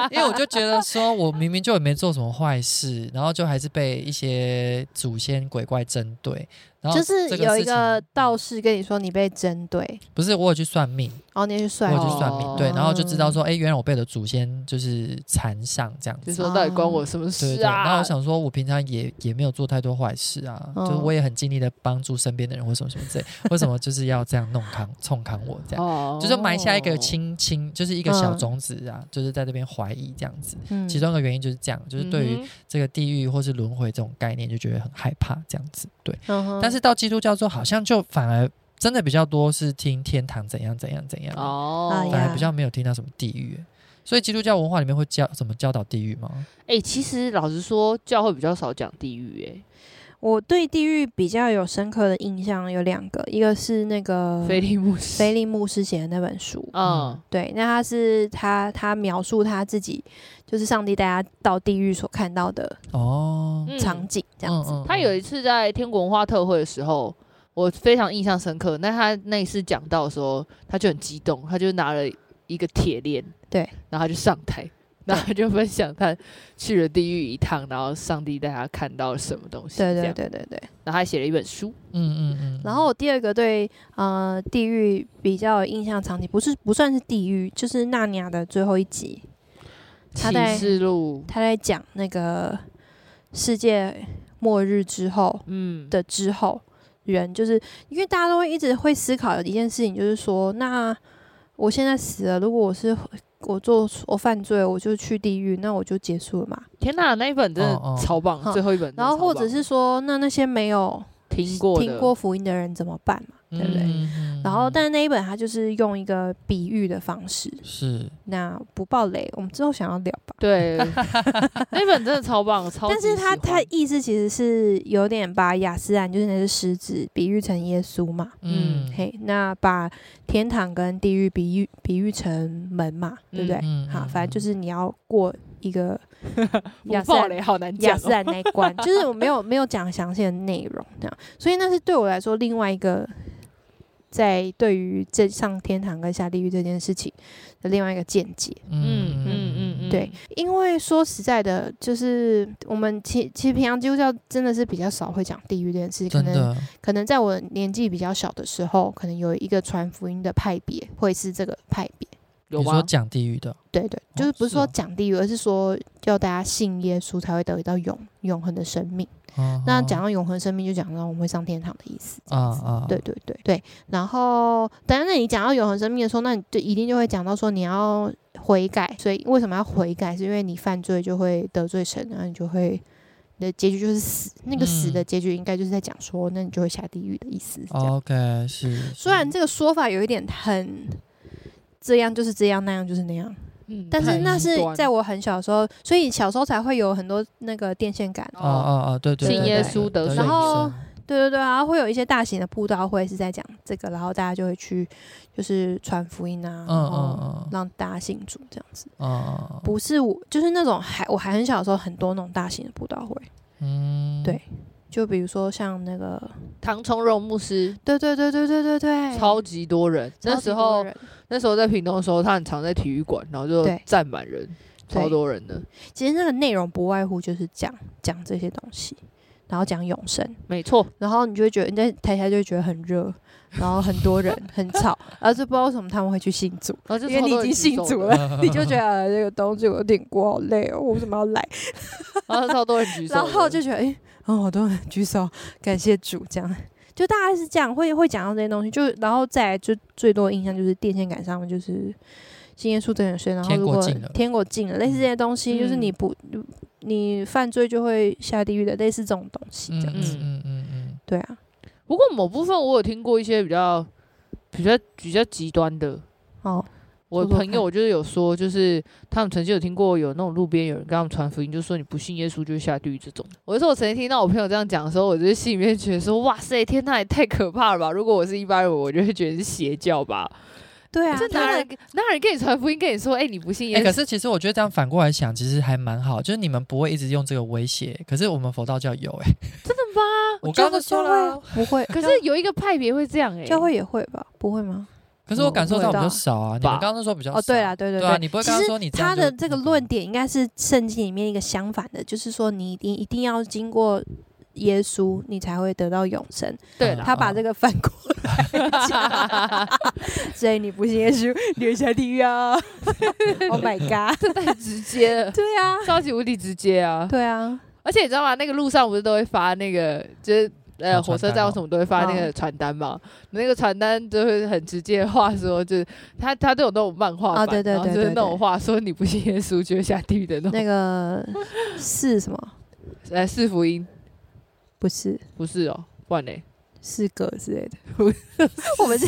Speaker 3: 因为我就觉得说，我明明就也没做什么坏事，然后就还是被一些祖先鬼怪针 *laughs* 对。然
Speaker 1: *laughs*
Speaker 3: 后
Speaker 1: 就是
Speaker 3: 这
Speaker 1: 有一
Speaker 3: 事情
Speaker 1: 个道士跟你说你被针对
Speaker 3: 不是我有去算命，
Speaker 1: 后你也去
Speaker 3: 我
Speaker 1: 算
Speaker 3: 有
Speaker 1: 命，
Speaker 3: 去算命，对，然后就知道说，哎，原来我被我的祖先就是缠上这样
Speaker 2: *laughs* 就
Speaker 3: 子。
Speaker 2: 说到底关我什么
Speaker 3: 对
Speaker 2: 事
Speaker 3: 对，然后
Speaker 2: 啊
Speaker 3: 我？想说，我平常也也没有做太多坏事啊，
Speaker 1: 嗯
Speaker 3: 就是我也很尽力的帮助身边的人或什么什么之类，为什么就是要这样弄扛冲扛我这样？
Speaker 2: 哦
Speaker 3: 就是埋下一个轻轻，就是一个小
Speaker 1: 嗯
Speaker 3: 种子啊，就是在这边怀疑这样子。
Speaker 1: 嗯
Speaker 3: 其中一个原因就是这样，就是对于
Speaker 2: 嗯哼
Speaker 3: 这个地狱或是轮回这种概念，就觉得很害怕这样子。对，
Speaker 1: 嗯哼
Speaker 3: 但是到基督教之后，好像就反而真的比较多是听天堂怎样怎样怎样，
Speaker 1: 哎
Speaker 2: 哦，
Speaker 1: 呀
Speaker 3: 反而比较没有听到什么地狱。所以基督教文化里面会教怎么教导地狱吗？
Speaker 2: 哎，其实老实说，教会比较少讲地狱，哎，
Speaker 1: 我对地狱比较有深刻的印象有两个，一个是那个
Speaker 2: 菲利姆斯，
Speaker 1: 菲利牧师写的那本书，
Speaker 3: 啊
Speaker 2: 嗯，
Speaker 1: 对，那他是他他描述他自己就是上帝带他到地狱所看到的
Speaker 3: 哦，
Speaker 2: 嗯
Speaker 1: 场景这样子，
Speaker 3: 嗯嗯
Speaker 2: 他有一次在天国文化特会的时候，我非常印象深刻。那他那一次讲到的时候，他就很激动，他就拿了一个铁链，
Speaker 1: 对，
Speaker 2: 然后他就上台，然后他就分享他去了地狱一趟，然后上帝带他看到了什么东西，
Speaker 1: 对
Speaker 2: 这
Speaker 1: 对
Speaker 2: 样，
Speaker 1: 对对对。
Speaker 2: 然后他写了一本书，
Speaker 3: 嗯嗯嗯，
Speaker 1: 然后我第二个对呃地狱比较有印象场景，不是不算是地狱，就是《纳尼亚》的最后一集，他
Speaker 2: 启
Speaker 1: 在
Speaker 2: 示录，
Speaker 1: 他在讲那个世界末日之后
Speaker 2: 嗯，
Speaker 1: 的之后，人就是因为大家都会一直会思考有一件事情，就是说，那我现在死了，如果我是我做我犯罪，我就去地狱，那我就结束了嘛。
Speaker 2: 天哪，那一本真
Speaker 3: 哦
Speaker 2: 的
Speaker 3: 哦
Speaker 2: 超棒，
Speaker 1: 哼
Speaker 2: 最后一本真的
Speaker 1: 然后
Speaker 2: 超棒，
Speaker 1: 或者是说，那那些没有
Speaker 2: 听过的
Speaker 1: 听过福音的人怎么办嘛？对不对？
Speaker 3: 嗯
Speaker 1: 然后，但是那一本它就是用一个比喻的方式，
Speaker 3: 是
Speaker 1: 那不爆雷，我们之后想要聊吧。 *laughs*
Speaker 2: 对，那本真的超棒，超级
Speaker 1: 但是它
Speaker 2: 喜欢
Speaker 1: 它意思其实是有点把雅斯兰就是那只狮子比喻成耶稣嘛，
Speaker 3: 嗯
Speaker 1: 嘿，那把天堂跟地狱比喻比喻成门嘛，对不对？
Speaker 3: 嗯
Speaker 1: 好，
Speaker 3: 嗯
Speaker 1: 反正就是你要过
Speaker 2: *laughs*
Speaker 1: 一个雅
Speaker 2: 不
Speaker 1: 斯
Speaker 2: 爆
Speaker 1: 兰
Speaker 2: 雷好难讲
Speaker 1: 雅
Speaker 2: 哦，
Speaker 1: 斯兰那一关，就是我没有没有讲详细的内容这样，所以那是对我来说另外一个在对于这上天堂跟下地狱这件事情的另外一个见解。
Speaker 2: 嗯嗯嗯嗯，
Speaker 1: 对，因为说实在的，就是我们其其实平常基督教真的是比较少会讲地狱这件事，可
Speaker 3: 真
Speaker 1: 能
Speaker 3: 的，
Speaker 1: 可能在我年纪比较小的时候，可能有一个传福音的派别会是这个派别。
Speaker 2: 有啊
Speaker 3: 你说
Speaker 1: 啊
Speaker 2: 吗？
Speaker 3: 讲地狱的，
Speaker 1: 对对，就是不是
Speaker 3: 是
Speaker 1: 说
Speaker 3: 哦
Speaker 1: 讲地狱，而是说叫大家信耶稣才会得到永永恒的生命。
Speaker 3: 哦
Speaker 1: 那讲到永恒生命，就讲到我们会上天堂的意思。
Speaker 3: 啊啊，
Speaker 1: 对对对对，然后当然，那你讲到永恒生命的时候，那你就一定就会讲到说你要悔改，所以为什么要悔改？是因为你犯罪就会得罪神，然后你就会你的结局就是死。那个死
Speaker 3: 嗯哦
Speaker 1: 的结局应该就是在讲说，那你就会下地狱的意思。这样，
Speaker 3: ，OK，是，
Speaker 1: 虽然这个说法有一点很这样就是这样，那样就是那样，
Speaker 2: 嗯
Speaker 1: 但
Speaker 3: 太
Speaker 1: 是那
Speaker 2: 极
Speaker 1: 是
Speaker 2: 端
Speaker 1: 在我很小的时候，所以小时候才会有很多那个电线杆。
Speaker 3: 哦哦哦，对对，
Speaker 1: 信
Speaker 3: 对
Speaker 1: 耶
Speaker 3: 对
Speaker 2: 稣得
Speaker 3: 对
Speaker 1: 水
Speaker 3: 对
Speaker 1: 然
Speaker 3: 对
Speaker 1: 对对对，然后会有一些大型的布道会是在讲这个，然后大家就会去就是传福音啊，
Speaker 3: 嗯
Speaker 1: 然后
Speaker 3: 嗯嗯
Speaker 1: 让大家信主这样子。
Speaker 3: 哦，
Speaker 1: 不是我，就是那种还我还很小的时候，很多那种大型的布道会，
Speaker 3: 嗯，
Speaker 1: 对就比如说像那个，
Speaker 2: 唐崇荣牧师
Speaker 1: 对对对对对对对，
Speaker 2: 超级多人，
Speaker 1: 超
Speaker 2: 那
Speaker 1: 级
Speaker 2: 时
Speaker 1: 多
Speaker 2: 候
Speaker 1: 人
Speaker 2: 那时候在屏东的时候，他很常在体育馆，然后就
Speaker 1: 对
Speaker 2: 站满人，
Speaker 1: 对
Speaker 2: 超多人的，
Speaker 1: 其实那个内容不外乎就是讲讲这些东西，然后讲永生，
Speaker 2: 没错，
Speaker 1: 然后你就会觉得你在台下就会觉得很热，然后很多人很吵，而是不知道为什么他们会去信主，
Speaker 2: 然后就
Speaker 1: 因为
Speaker 2: 超
Speaker 1: 你
Speaker 2: 多
Speaker 1: 已
Speaker 2: 人
Speaker 1: 经
Speaker 2: 举
Speaker 1: 信
Speaker 2: 手
Speaker 1: 主
Speaker 2: 的，
Speaker 1: 了，
Speaker 3: *laughs*
Speaker 1: 你就觉得呃这个东西我有点过好累哦，我为什么要来？
Speaker 2: 然后超多人举
Speaker 1: *laughs*
Speaker 2: 手的，
Speaker 1: 然后就觉得，哎、哦，好多人举手，感谢主，这样就大概是这样，会会讲到这些东西，就然后再来就最多的印象就是电线杆上面就是新耶稣的人生，然后
Speaker 3: 天
Speaker 1: 如
Speaker 3: 国
Speaker 1: 果
Speaker 3: 近了
Speaker 1: 天国近了，类似这些东西，就是
Speaker 2: 嗯
Speaker 1: 你不你犯罪就会下地狱的，类似这种东西，
Speaker 3: 嗯
Speaker 1: 这样、
Speaker 3: 嗯嗯嗯嗯，
Speaker 1: 对啊，
Speaker 2: 不过某部分我有听过一些比较比较比较极端的。
Speaker 1: 哦，
Speaker 2: 我
Speaker 1: 说说
Speaker 2: 朋
Speaker 1: 看
Speaker 2: 友就是有说，就是他们曾经有听过有那种路边有人跟他们传福音，就说你不信耶稣就会下地狱这种。我就说我曾经听到我朋友这样讲的时候，我就心里面觉得说，哇塞，天呐，也太可怕了吧！如果我是一般人，我就会觉得是邪教吧。
Speaker 1: 对啊，
Speaker 2: 就
Speaker 1: 真
Speaker 2: 哪
Speaker 1: 的
Speaker 2: 人哪人跟你传福音，跟你说，哎、你不信耶
Speaker 3: 哎，
Speaker 2: 稣？
Speaker 3: 可是其实我觉得这样反过来想，其实还蛮好，就是你们不会一直用这个威胁，可是我们佛道教有，哎，
Speaker 2: 真的吗？
Speaker 3: 我刚刚都
Speaker 1: 教
Speaker 3: 说
Speaker 1: 会
Speaker 3: 了
Speaker 1: 啊
Speaker 3: 啊，
Speaker 1: 不会，
Speaker 2: 可
Speaker 1: 教
Speaker 2: 是有一个派别会这样哎、
Speaker 1: 教会也会吧？不会吗？
Speaker 3: 可是我感受到我们就少啊，你
Speaker 2: 吧
Speaker 3: 们刚刚都说比较
Speaker 1: 哦，对
Speaker 3: 少
Speaker 1: 啦，对对
Speaker 3: 对啊，你不会
Speaker 1: 其
Speaker 3: 刚刚
Speaker 1: 实
Speaker 3: 说你这
Speaker 1: 他
Speaker 3: 样就嗯
Speaker 1: 的这个
Speaker 3: 那
Speaker 1: 论点应该是圣经里面一个相反的，就是说你一定一定要经过耶稣，你才会得到永生。
Speaker 2: 对
Speaker 3: 嗯
Speaker 2: 啦
Speaker 1: 他把这个反过来讲， *laughs* 所以你不信耶稣，留下地狱啊！Oh my god！
Speaker 2: *laughs* 太直接了，
Speaker 1: 对啊，
Speaker 2: 超级无敌直接 *laughs* 啊！
Speaker 1: 对啊，
Speaker 2: 而且你知道吗？那个路上不是都会发那个，就是呃
Speaker 3: 啊
Speaker 2: 火车
Speaker 3: 传单
Speaker 2: 站
Speaker 3: 哦
Speaker 2: 或什么都会发那个传单嘛。那个传单就会很直接的话说，就是他他都有那种漫画版，
Speaker 1: 哦对对
Speaker 2: 然后
Speaker 1: 对
Speaker 2: 就是
Speaker 1: 对
Speaker 2: 那种
Speaker 1: 对
Speaker 2: 话说你不信耶稣就会下地狱的 *laughs* 那种。
Speaker 1: 那个是什么？
Speaker 2: 呃，是福音
Speaker 1: 不是
Speaker 2: 不是哦，不然嘞，
Speaker 1: 是狗之类的。 *laughs* 我们这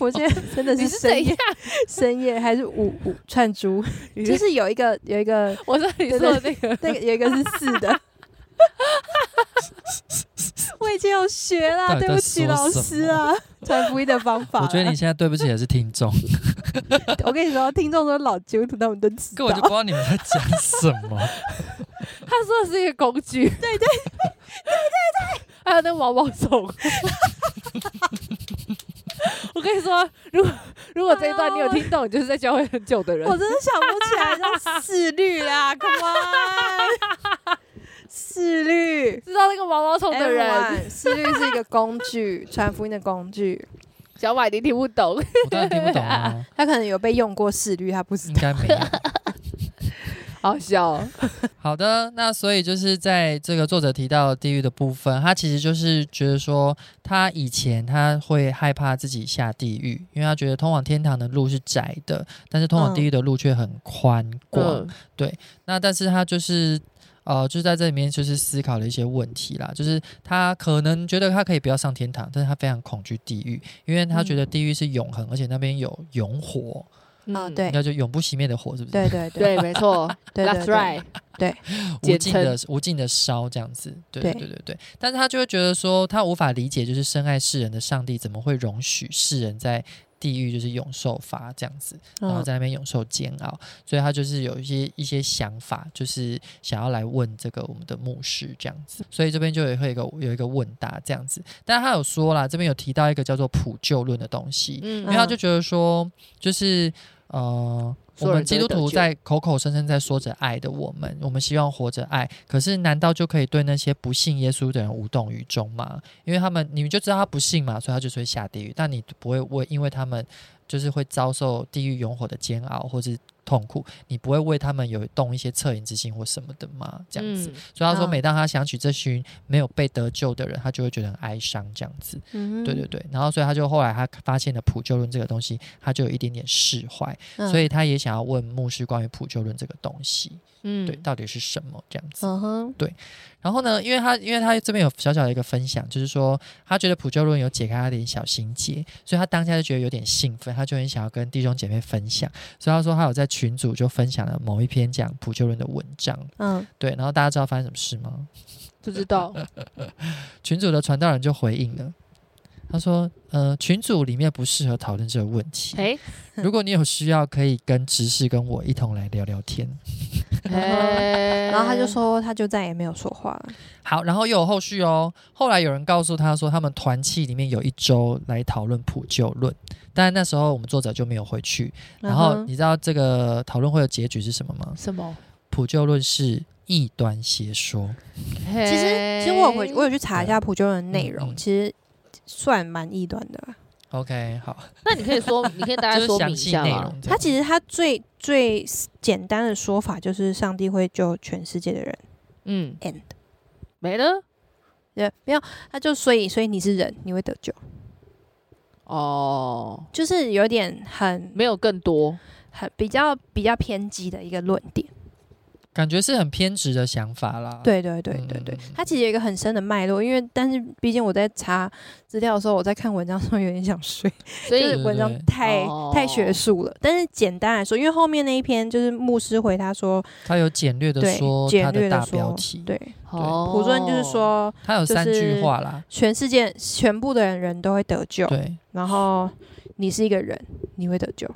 Speaker 1: 我现在真的
Speaker 2: 你
Speaker 1: 是
Speaker 2: 是怎
Speaker 1: 深夜
Speaker 2: 样？
Speaker 1: 深夜还是五五串珠，就是有一个有一个
Speaker 2: 我说你
Speaker 1: *laughs* 对
Speaker 2: 说的那个，
Speaker 1: 那个有一个是四的。 *laughs* 我已经有学啦，
Speaker 3: 到底
Speaker 1: 对
Speaker 3: 在
Speaker 1: 不起
Speaker 3: 说
Speaker 1: 老
Speaker 3: 什
Speaker 1: 师
Speaker 3: 么
Speaker 1: 啊，传福音的方法啦。啊
Speaker 3: 我觉得你现在对不起也是听众，
Speaker 1: *laughs* 我跟你说，听众都是老基督徒，他们都知道
Speaker 3: 根本。就不知道你们在讲什
Speaker 1: *laughs*
Speaker 3: 么。
Speaker 2: 他说的是一个工具，对对对对对，还有那个毛毛虫。我跟你说，如果如果这一段你有听懂，你就是在教会很久的人
Speaker 1: 我。真的想不起来叫四律
Speaker 3: *laughs*
Speaker 1: 啦，Come on，四律。
Speaker 2: 知道那个毛毛虫的人，
Speaker 1: Everyone，四律是一个工具，传福音的工具。
Speaker 2: 小马一定听不懂。
Speaker 1: *laughs*
Speaker 3: 我当然听不懂啊，
Speaker 1: 他可能有被用过四律，他不知
Speaker 3: 应
Speaker 1: 道。
Speaker 3: 该没有。
Speaker 2: 好笑哦、
Speaker 3: 好的，那所以就是在这个作者提到地狱的部分，他其实就是觉得说，他以前他会害怕自己下地狱，因为他觉得通往天堂的路是窄的，但是通往地
Speaker 1: 嗯
Speaker 3: 狱的路却很宽广。
Speaker 2: 嗯，
Speaker 3: 那但是他就是。呃，就是在这里面就是思考了一些问题啦，就是他可能觉得他可以不要上天堂，但是他非常恐惧地狱，因为他觉得地狱是永恒，而且那边有永火，
Speaker 1: 啊，
Speaker 2: 嗯
Speaker 1: 对
Speaker 3: 应该就永不熄灭的火，是不是？
Speaker 1: 对对对
Speaker 2: 对，没错
Speaker 1: *laughs* 对
Speaker 2: ，That's
Speaker 1: 对
Speaker 2: right
Speaker 1: 对。
Speaker 3: 无
Speaker 2: 简
Speaker 3: 尽的无尽的烧这样子，对对
Speaker 1: 对
Speaker 3: 对对对。但是他就会觉得说，他无法理解，就是深爱世人的上帝怎么会容许世人在地狱就是永受罚这样子，然后
Speaker 1: 嗯
Speaker 3: 在那边永受煎熬，所以他就是有一些一些想法，就是想要来问这个我们的牧师这样子。所以这边就也会有一个有一个问答这样子，但他有说啦，这边有提到一个叫做普救论的东西，
Speaker 2: 嗯
Speaker 3: 因为他就觉得说，就是呃，我
Speaker 2: 所有人
Speaker 3: 们
Speaker 2: 都
Speaker 3: 基督
Speaker 2: 得
Speaker 3: 徒
Speaker 2: 救
Speaker 3: 在口口声声在说着爱的我们，我们希望活着爱，可是难道就可以对那些不信耶稣的人无动于衷吗？因为他们你们就知道他不信嘛，所以他就是会下地狱，但你不会为因为他们就是会遭受地狱永火的煎熬或是痛苦，你不会为他们有动一些恻隐之心或什么的吗？这样子，
Speaker 2: 嗯
Speaker 3: 所以他说，
Speaker 1: 嗯
Speaker 3: 每当他想起这群没有被得救的人，他就会觉得很哀伤，这样子。
Speaker 1: 嗯
Speaker 3: 对对对，然后所以他就后来他发现了普救论这个东西，他就有一点点释怀，
Speaker 1: 嗯
Speaker 3: 所以他也想要问牧师关于普救论这个东西，
Speaker 2: 嗯
Speaker 3: 对，到底是什么这样子。
Speaker 1: 嗯哼，
Speaker 3: 然后呢，因为他因为他这边有小小的一个分享，就是说他觉得普救论有解开他的一点小心结，所以他当下就觉得有点兴奋，他就很想要跟弟兄姐妹分享，所以他说他有在群组就分享了某一篇讲普救论的文章，
Speaker 1: 嗯，
Speaker 3: 对，然后大家知道发生什么事吗？
Speaker 2: 不知道，
Speaker 1: 嗯
Speaker 3: 群主的传道人就回应了，他说：“呃，群组里面不适合讨论这个问题。
Speaker 1: 嗯
Speaker 2: 哎
Speaker 3: 如果你有需要，可以跟执事跟我一同来聊聊天。
Speaker 2: 哎，
Speaker 1: *laughs* 嗯然后他就说，他就再也没有说话了。”
Speaker 3: 好，然后又有后续哦。后来有人告诉他说，他们团契里面有一周来讨论普救论，但那时候我们作者就没有回去。然后
Speaker 1: 嗯哼
Speaker 3: 你知道这个讨论会的结局是什么吗？
Speaker 2: 什么？
Speaker 3: 普救论是异端邪说，
Speaker 1: 其
Speaker 2: 其
Speaker 1: 实其实我有回我有去查一下普救人的内
Speaker 3: 嗯
Speaker 1: 容，
Speaker 3: 嗯
Speaker 1: 其实算蛮异端的啦。
Speaker 3: OK，好，
Speaker 2: 那你可以
Speaker 1: *laughs*
Speaker 2: 说，你可以大家
Speaker 3: 就是
Speaker 2: 说明
Speaker 3: 详
Speaker 2: 一
Speaker 3: 细
Speaker 2: 下
Speaker 3: 内
Speaker 2: 吗？
Speaker 3: 容这样。
Speaker 1: 他其实他最最简单的说法就是，上帝会救全世界的人。
Speaker 2: 嗯
Speaker 1: End
Speaker 2: 没了
Speaker 1: 对，没有，他就所以所以你是人，你会得救，
Speaker 2: 哦，
Speaker 1: 就是有点很
Speaker 2: 没有更多。
Speaker 1: 很比较比较偏激的一个论点。
Speaker 3: 感觉是很偏执的想法啦。
Speaker 1: 对对对对对
Speaker 3: 嗯嗯嗯，
Speaker 1: 它其实有一个很深的脉络，因为但是毕竟我在查资料的时候，我在看文章的时候有点想睡，
Speaker 2: 所
Speaker 1: 就
Speaker 2: 以
Speaker 1: 是文章
Speaker 3: 对对
Speaker 1: 太
Speaker 2: 哦
Speaker 1: 太学术了。但是简单来说，因为后面那一篇就是牧师回他说，
Speaker 3: 他有简略的
Speaker 1: 对
Speaker 3: 说
Speaker 1: 简
Speaker 3: 他的
Speaker 1: 略地
Speaker 3: 大标
Speaker 1: 说
Speaker 3: 题，
Speaker 1: 对，
Speaker 2: 哦，
Speaker 1: 普论就是说。
Speaker 3: 他有
Speaker 1: 就
Speaker 3: 三句
Speaker 1: 是
Speaker 3: 话啦，
Speaker 1: 全世界全部的人人都会得救，
Speaker 3: 对，
Speaker 1: 然后你是一个人，你会得救，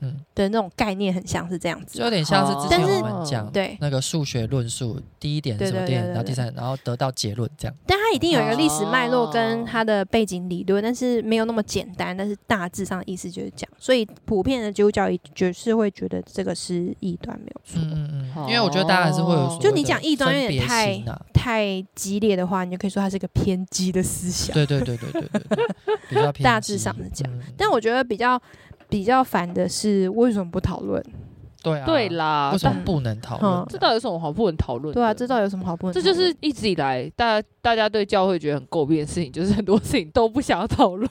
Speaker 3: 嗯，
Speaker 1: 的那种概念很像是这样子
Speaker 3: 就有。点像是之前
Speaker 1: 但是
Speaker 3: 我们讲
Speaker 1: 对，
Speaker 3: 那个数学论述，第一点是什么
Speaker 1: 对对对
Speaker 3: 第二点，
Speaker 1: 对对
Speaker 3: 然后第三点，然后得到结论这样。
Speaker 1: 但它一定有一个历史脉络跟
Speaker 2: 哦
Speaker 1: 它的背景理论，但是没有那么简单，但是大致上的意思就是这样。所以普遍的基督教也就是会觉得这个是异端，没有错。
Speaker 3: 嗯嗯嗯，因为我觉得大家还是会有所谓的
Speaker 1: 就你讲异端有点太
Speaker 3: 分别心啊
Speaker 1: 太激烈的话，你就可以说它是一个偏激的思想。
Speaker 3: 对对对对对对对，比较偏
Speaker 1: 大
Speaker 3: 激
Speaker 1: 致上是这样。
Speaker 3: 嗯
Speaker 1: 但我觉得比较比较烦的是，为什么不讨论？
Speaker 3: 对啊，
Speaker 2: 对，啦
Speaker 3: 为，什
Speaker 2: 但
Speaker 3: 么不能讨
Speaker 1: 嗯
Speaker 3: 论？
Speaker 2: 这到底有什么好不能讨论的？
Speaker 1: 对啊，这到底有什么好不能讨
Speaker 2: 这
Speaker 1: 论？
Speaker 2: 就是一直以来大家大家对教会觉得很诟病的事情，就是很多事情都不想要讨论。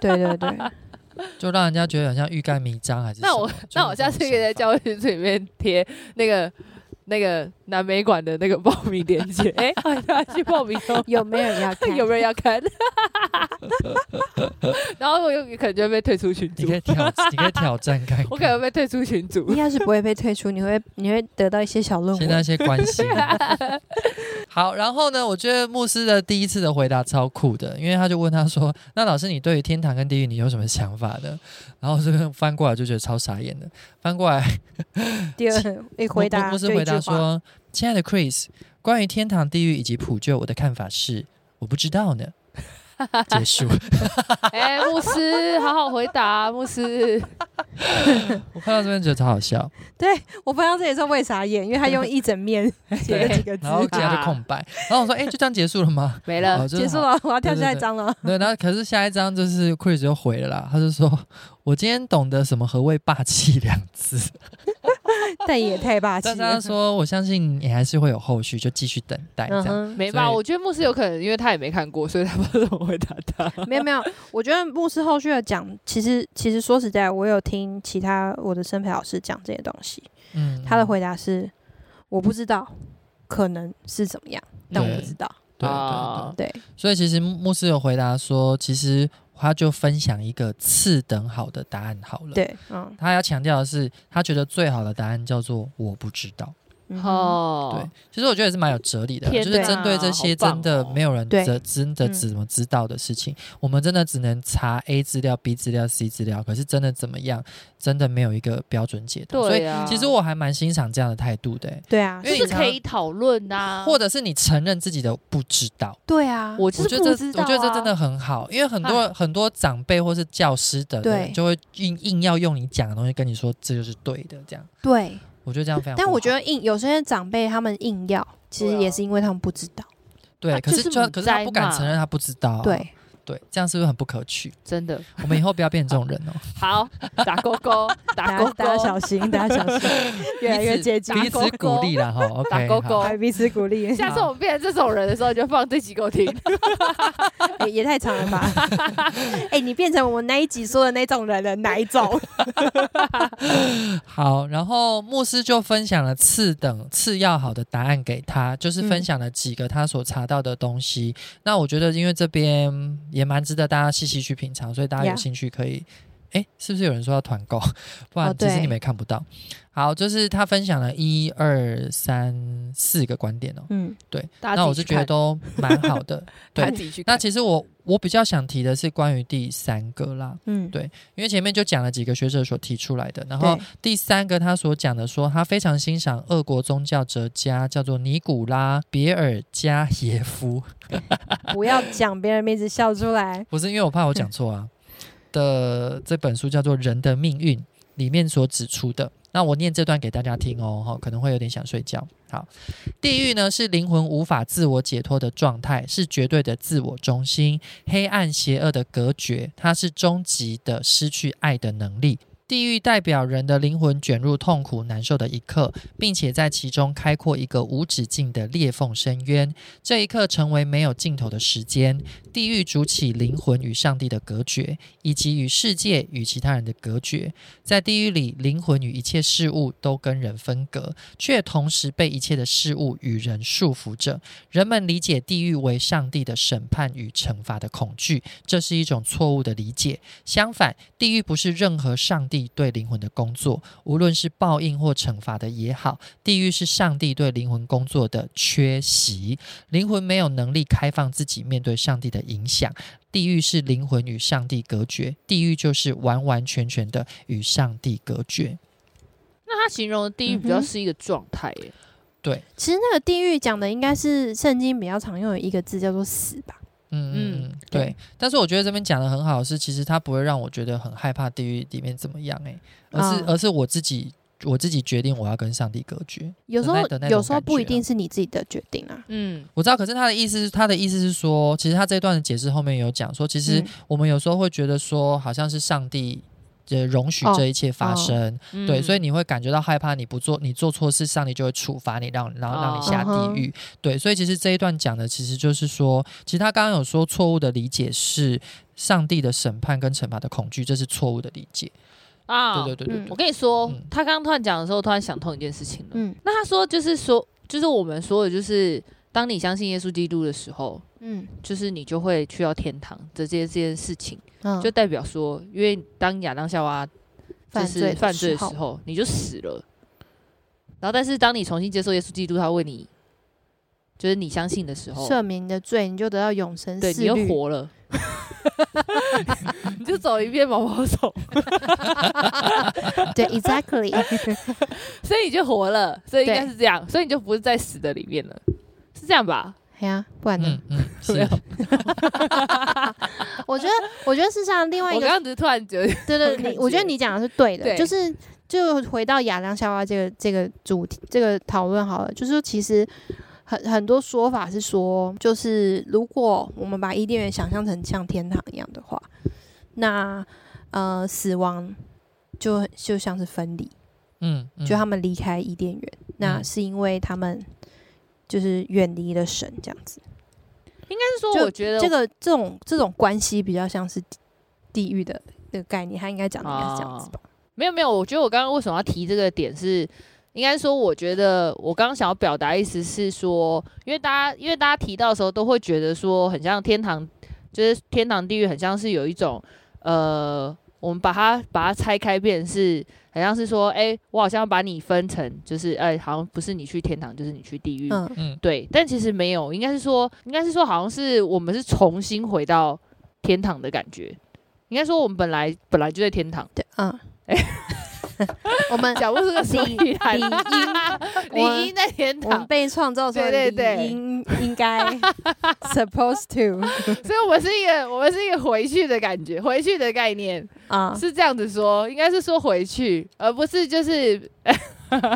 Speaker 1: 对对对，。
Speaker 2: *laughs*
Speaker 3: 就让人家觉得很像欲盖弥彰还是什
Speaker 2: 那
Speaker 3: 么？
Speaker 2: 我
Speaker 3: 就
Speaker 2: 那我
Speaker 3: 这
Speaker 2: 下次
Speaker 3: 种
Speaker 2: 可以
Speaker 3: 想
Speaker 2: 在
Speaker 3: 法
Speaker 2: 教会群组里面贴那个那个南美馆的那个报名链接，哎、欢迎大家去报名哦
Speaker 3: *laughs*
Speaker 1: 有没有人要看？
Speaker 2: *laughs* 有没有人要看？然后我有可能就会被退出群
Speaker 3: 你
Speaker 2: 组
Speaker 3: 可，以挑，你可以挑战看看。
Speaker 2: 我可能被退出群组
Speaker 1: 应。该是不会被退出，你会你会得到一些小论
Speaker 3: 现在
Speaker 1: 文。
Speaker 3: 一些关
Speaker 2: *laughs*
Speaker 3: 心。好，然后呢，我觉得牧师的第一次的回答超酷的，因为他就问他说：“那老师，你对于天堂跟地狱，你有什么想法呢？”然后这个翻过来就觉得超傻眼的，翻过来
Speaker 1: 第二，一 *laughs* 回答
Speaker 3: 牧
Speaker 1: 就
Speaker 3: 牧师
Speaker 1: 一
Speaker 3: 回
Speaker 1: 句
Speaker 3: 答
Speaker 1: 话，
Speaker 3: 说：“亲爱的 Chris，关于天堂、地狱以及普救，我的看法是，我不知道
Speaker 1: *laughs*
Speaker 3: 呢。”结束。
Speaker 2: 哎、牧师，好好回答，啊牧
Speaker 3: *laughs*
Speaker 2: 师。
Speaker 3: 我看到这边觉得超
Speaker 1: *laughs*
Speaker 3: 好笑，
Speaker 1: 我翻到这里的时候我也傻眼，因为他用一整
Speaker 3: *laughs*
Speaker 1: 面写了几个字
Speaker 3: 然，后接下来就空白，然后我说：“哎、就这样结束了吗？”
Speaker 2: 没了
Speaker 3: 哦就是
Speaker 1: 结束
Speaker 3: 好
Speaker 1: 了，我要跳
Speaker 3: 对对
Speaker 1: 下一
Speaker 3: 对
Speaker 1: 章了。
Speaker 3: 对，然后可是下一章就是 Chris 就回了啦，他就说：“我今天懂得什么何谓霸气两字。
Speaker 1: 但也太霸”气
Speaker 3: 但是他
Speaker 1: 了。
Speaker 3: 说：“我相信你还是会有后续，就继续等待这
Speaker 1: 嗯
Speaker 3: 样。
Speaker 1: 哼，
Speaker 2: 没吧？
Speaker 3: 所以
Speaker 2: 我觉得牧师有可能，因为他也没看过，所以他不知道怎么回答他。
Speaker 3: *laughs*
Speaker 1: 没有没有，我觉得牧师后续的讲，其实其实说实在，我有听其他我的生培老师讲这些东西，
Speaker 3: 嗯”
Speaker 1: 他的回答是我不知道，可能是怎么样，但我不
Speaker 3: 对
Speaker 1: 知道。
Speaker 3: 对对
Speaker 2: 啊
Speaker 3: 对，
Speaker 1: 对，
Speaker 3: 所以其实牧师有回答说，其实他就分享一个次等好的答案好了。
Speaker 1: 对，嗯，
Speaker 3: 他要强调的是，他觉得最好的答案叫做“我不知道”。
Speaker 1: 嗯哼
Speaker 2: 哦
Speaker 3: 对，，其实我觉得也是蛮有哲理的，
Speaker 2: 天
Speaker 3: 就是针对
Speaker 2: 哪
Speaker 3: 这
Speaker 2: 好
Speaker 3: 些
Speaker 2: 棒
Speaker 3: 真的
Speaker 2: 哦
Speaker 3: 没有人
Speaker 1: 对
Speaker 3: 真真的
Speaker 1: 嗯
Speaker 3: 怎么知道的事情，我们真的只能查 A 资料、B 资料、C 资料，可是真的怎么样，真的没有一个标准解答。所
Speaker 2: 对
Speaker 3: 以
Speaker 2: 啊。
Speaker 3: 其实我还蛮欣赏这样的态度的、欸
Speaker 1: 对啊
Speaker 3: 因，为
Speaker 2: 就是
Speaker 3: 你常
Speaker 2: 可以讨论呐，
Speaker 3: 或者是你承认自己的不知道。
Speaker 1: 对啊，
Speaker 2: 我
Speaker 3: 我
Speaker 2: 嗯就是
Speaker 3: 觉
Speaker 2: 不
Speaker 3: 得
Speaker 2: 知
Speaker 3: 这，
Speaker 2: 道、啊
Speaker 3: 我觉得这真的。很好，因为很多很多长辈或是教师等的
Speaker 1: 对
Speaker 3: 人，就会硬硬要用你讲的东西跟你说这就是对的，这样
Speaker 1: 对，
Speaker 3: 啊我觉得这样非常不好。
Speaker 1: 但我觉得硬有些长辈他们硬要，其实
Speaker 2: 对啊
Speaker 1: 也是因为他们不知道。
Speaker 3: 对
Speaker 2: 他，
Speaker 3: 可
Speaker 2: 就是是
Speaker 3: 就
Speaker 2: 母
Speaker 3: 可是他
Speaker 2: 灾
Speaker 3: 不敢
Speaker 2: 嘛
Speaker 3: 承认他不知道啊，
Speaker 1: 对，
Speaker 3: 对，这样是不是很不可取？
Speaker 2: 真的
Speaker 3: 我们以后不要变成这种人
Speaker 2: *laughs*
Speaker 3: 哦，
Speaker 2: 好，打勾 *laughs* 勾，打勾勾，
Speaker 1: 大家小心，大家小
Speaker 2: *laughs*
Speaker 1: 心，越来越接近，
Speaker 3: *laughs* 彼此鼓励啦哈。
Speaker 2: 打
Speaker 3: OK，
Speaker 2: 勾
Speaker 3: 好
Speaker 2: 勾。
Speaker 1: 还彼此鼓
Speaker 2: *laughs*
Speaker 1: 励，
Speaker 2: 下次我们变成这种人的时候，就放这集给我听。
Speaker 1: 也也太长了吧？哎、你变成我们那一集说的那种人了，哪一
Speaker 3: *laughs*
Speaker 1: 种？
Speaker 3: 好，然后牧师就分享了次等次要好的答案给他，就是
Speaker 2: 嗯
Speaker 3: 分享了几个他所查到的东西。那我觉得，因为这边也蛮值得大家细细去品尝，所以大家有
Speaker 1: Yeah
Speaker 3: 兴趣可以。哎，是不是有人说要团购？ *laughs* 不
Speaker 1: 哦
Speaker 3: 然其实
Speaker 1: 对
Speaker 3: 你们也看不到。好，就是他分享了一二三四个观点哦。
Speaker 1: 嗯，
Speaker 2: *laughs* 大家
Speaker 3: 那我
Speaker 2: 自己
Speaker 3: 是
Speaker 2: 去
Speaker 3: 觉得
Speaker 2: 看，
Speaker 3: 都蛮好
Speaker 2: *laughs*
Speaker 3: 的，对
Speaker 2: 他自己去
Speaker 3: 那
Speaker 2: 看。
Speaker 3: 其实我我比较想提的是关于第三个啦，
Speaker 1: 嗯，
Speaker 3: 对因为前面就讲了几个学者所提出来的，然后
Speaker 1: 对，
Speaker 3: 第三个他所讲的说他非常欣赏俄国宗教哲家叫做尼古拉别尔加耶夫，
Speaker 1: 不要讲别人名字笑出来。
Speaker 3: 不是因为我怕我讲错啊的这本书叫做《人的命运》里面所指出的。那我念这段给大家听哦，哈，可能会有点想睡觉。好，地狱呢是灵魂无法自我解脱的状态，是绝对的自我中心，黑暗邪恶的隔绝，它是终极的失去爱的能力。地狱代表人的灵魂卷入痛苦难受的一刻，并且在其中开阔一个无止境的裂缝深渊。这一刻成为没有尽头的时间。地狱主起灵魂与上帝的隔绝，以及与世界与其他人的隔绝。在地狱里，灵魂与一切事物都跟人分隔，却同时被一切的事物与人束缚着。人们理解地狱为上帝的审判与惩罚的恐惧，这是一种错误的理解。相反，地狱不是任何上帝帝对灵魂的工作，无论是报应或惩罚的也好，地狱是上帝对灵魂工作的缺席，灵魂没有能力开放自己面对上帝的影响。地狱是灵魂与上帝隔绝，地狱就是完完全全的与上帝隔绝。
Speaker 2: 那他形容的地狱比
Speaker 1: 嗯
Speaker 2: 较
Speaker 1: 哼
Speaker 2: 是一个状态耶，
Speaker 1: 其实那个地狱讲的应该是圣经比较常用的一个字，叫做死吧。
Speaker 3: 嗯嗯
Speaker 2: 嗯，
Speaker 3: 对。
Speaker 1: 对
Speaker 3: 但是我觉得这边讲的很好，是其实它不会让我觉得很害怕地狱里面怎么样、欸，而是、
Speaker 1: 啊
Speaker 3: 而是我自己我自己决定我要跟上帝隔绝。
Speaker 1: 有时候
Speaker 3: 的那的那种
Speaker 1: 有时候
Speaker 3: 感觉
Speaker 1: 不一
Speaker 3: 啊
Speaker 1: 定是你自己的决定啊。
Speaker 2: 嗯，
Speaker 3: 我知道，可是他的意思，他的意思是说，其实他这段的解释后面有讲说，其实
Speaker 1: 嗯
Speaker 3: 我们有时候会觉得说，好像是上帝。呃，容许
Speaker 1: 哦
Speaker 3: 这一切发
Speaker 1: 哦
Speaker 3: 生，
Speaker 2: 嗯
Speaker 3: 对，所以你会感觉到害怕，你不做，你做错事，上帝就会处罚你，让然后让你
Speaker 2: 哦
Speaker 3: 下
Speaker 1: 嗯
Speaker 3: 地
Speaker 1: 哼
Speaker 3: 狱。对，所以其实这一段讲的其实就是说，其实他刚刚有说错误的理解是上帝的审判跟惩罚的恐惧，这是错误的理解。
Speaker 2: 啊，
Speaker 3: 对对对对
Speaker 1: 嗯
Speaker 2: 我跟你说，
Speaker 3: 嗯
Speaker 2: 他刚刚突然讲的时候，我突然想通一件事情了。
Speaker 1: 嗯
Speaker 2: 那他说就是说，就是我们说的，就是当你相信耶稣基督的时候，
Speaker 1: 嗯
Speaker 2: 就是你就会去到天堂这件这件事情，
Speaker 1: 嗯，
Speaker 2: 就代表说，因为当亚当夏娃就
Speaker 1: 犯
Speaker 2: 是
Speaker 1: 罪
Speaker 2: 犯罪的时
Speaker 1: 时候，
Speaker 2: 候，你就死了。然后，但是当你重新接受耶稣基督，他为你，就是你相信的时候，
Speaker 1: 赦免你的罪，你就得到永生
Speaker 2: 对，
Speaker 1: 四
Speaker 2: 你又
Speaker 1: 律。
Speaker 2: 活了。 *laughs* 你就走一遍毛毛虫，
Speaker 1: 对，exactly。
Speaker 2: *laughs* 所以你就活了，所以应该
Speaker 1: 对
Speaker 2: 是这样，所以你就不是在死的里面了，是这样吧？
Speaker 1: 哎呀，不然呢
Speaker 3: 嗯？嗯，
Speaker 2: *laughs*
Speaker 3: 是。
Speaker 1: 我觉得，我觉得是上另外一
Speaker 2: 我
Speaker 1: 个
Speaker 2: 刚刚只是突然觉得，
Speaker 1: 对对，
Speaker 2: 很感
Speaker 1: 你我觉得
Speaker 2: 谢
Speaker 1: 你讲的是对的，
Speaker 2: 对
Speaker 1: 就是就回到亚当夏娃这个这个主题这个讨论好了，就是其实很很多说法是说，就是如果我们把伊甸园想象成像天堂一样的话，那呃死亡就就像是分离，
Speaker 3: 嗯，嗯
Speaker 1: 就他们离开伊甸园，那
Speaker 3: 嗯
Speaker 1: 是因为他们就是远离了神这样子。
Speaker 2: 但是
Speaker 1: 就
Speaker 2: 说我觉得
Speaker 1: 这个这种这种关系比较像是地地狱的那个概念，他应该讲的应该是这样子吧。
Speaker 2: 没有没有，我觉得我刚刚为什么要提这个点是，应该说我觉得我刚刚想要表达的意思是说，因为大家因为大家提到的时候都会觉得说，很像天堂，就是天堂地狱，很像是有一种呃，我们把它把它拆开，变成是很像是说，哎、我好像把你分成，就是哎、好像不是你去天堂，就是你去地狱，
Speaker 1: 嗯，
Speaker 2: *laughs*
Speaker 3: 嗯
Speaker 2: 对，但其实没有，应该是说，应该是说，好像是我们是重新回到天堂的感觉。应该说，我们本来本来就在天堂。
Speaker 1: 对，
Speaker 2: *laughs*
Speaker 1: 嗯，我们
Speaker 2: 讲不出个所以
Speaker 1: 理
Speaker 2: 然
Speaker 1: 理应
Speaker 2: 理应在天
Speaker 1: 我们
Speaker 2: 堂，
Speaker 1: 被创造出来的
Speaker 2: 对对对
Speaker 1: 理应应该 supposed to
Speaker 2: 所以我们是一个，我们是一个回去的感觉，回去的概念
Speaker 1: 啊，
Speaker 2: *laughs* 是这样子说，应该是说回去，而不是就是， *laughs*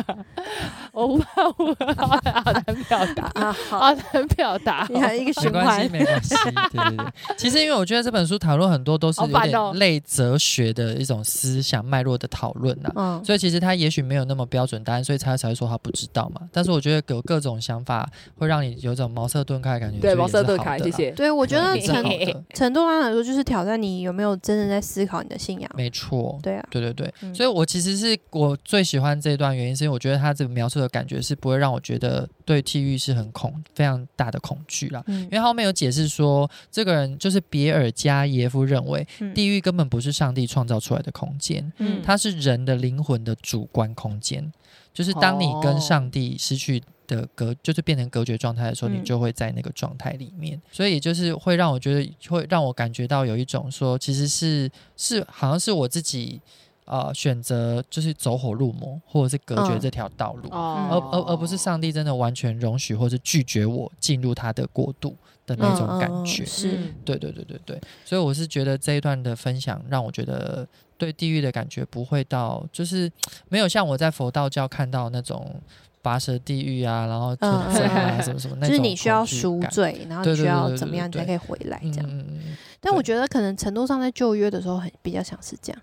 Speaker 2: 我无法，我好难表达，
Speaker 1: 啊好，
Speaker 2: 哦好难表达
Speaker 1: 你
Speaker 2: 哦。
Speaker 1: 看一个
Speaker 3: 没
Speaker 1: 循
Speaker 3: 关
Speaker 1: 环
Speaker 3: 系，，没关系。对对对，其实因为我觉得这本书讨论很多都是
Speaker 2: 好
Speaker 3: 有
Speaker 2: 烦哦
Speaker 3: 点类哲学的一种思想脉络的讨论啊呐、
Speaker 1: 嗯，
Speaker 3: 所以其实他也许没有那么标准答案，所以他才会说他不知道嘛。但是我觉得有各种想法，会让你有种茅塞顿开的感觉。
Speaker 2: 对，
Speaker 3: 所以
Speaker 2: 茅
Speaker 3: 也是好
Speaker 2: 塞
Speaker 3: 的啦
Speaker 2: 顿开，谢。谢。
Speaker 1: 对我觉得
Speaker 3: 也是好
Speaker 1: 程
Speaker 3: 的，
Speaker 1: 程度上来说，就是挑战你有没有真的在思考你的信仰，
Speaker 3: 没错。
Speaker 1: 对啊，
Speaker 3: 对对对，
Speaker 1: 嗯
Speaker 3: 所以我其实是我最喜欢这一段原因，是因为我觉得他这个描述的感觉是不会让我觉得对地狱是很恐非常大的恐惧啦。
Speaker 1: 嗯
Speaker 3: 因为他后面有解释说，这个人就是比尔加耶夫认为，
Speaker 1: 嗯
Speaker 3: 地狱根本不是上帝创造出来的空间，
Speaker 1: 嗯
Speaker 3: 它是人的灵魂的主观空间。就是当你跟
Speaker 2: 哦
Speaker 3: 上帝失去的隔，就是变成隔绝状态的时候，你
Speaker 1: 嗯
Speaker 3: 就会在那个状态里面。所以也就是会让我觉得，会让我感觉到有一种说，其实是是好像是我自己呃选择就是走火入魔，或者是隔绝
Speaker 1: 嗯
Speaker 3: 这条道路。
Speaker 2: 哦
Speaker 3: 而而而不是上帝真的完全容许或是拒绝我进入他的国度的那
Speaker 1: 嗯
Speaker 3: 种
Speaker 1: 嗯
Speaker 3: 感
Speaker 1: 嗯
Speaker 3: 觉。
Speaker 1: 是
Speaker 2: 嗯
Speaker 3: 对对对对对，所以我是觉得这一段的分享让我觉得对地狱的感觉不会到，就是没有像我在佛道教看到那种拔舌地狱啊，然后天
Speaker 1: 嗯
Speaker 3: 灾啊
Speaker 2: 嗯
Speaker 3: 什
Speaker 1: *laughs*
Speaker 3: 么什么那
Speaker 1: 就
Speaker 3: 种恐惧感，
Speaker 1: 是你需要赎罪，然后你
Speaker 3: 对对
Speaker 1: 需
Speaker 3: 对
Speaker 1: 要
Speaker 3: 对
Speaker 1: 怎么
Speaker 3: 对
Speaker 1: 样，你才
Speaker 3: 对
Speaker 1: 可以回来
Speaker 3: 嗯，
Speaker 1: 这样。
Speaker 3: 嗯嗯嗯
Speaker 1: 但我
Speaker 3: 对
Speaker 1: 觉得可能程度上在旧约的时候很比较像是这样，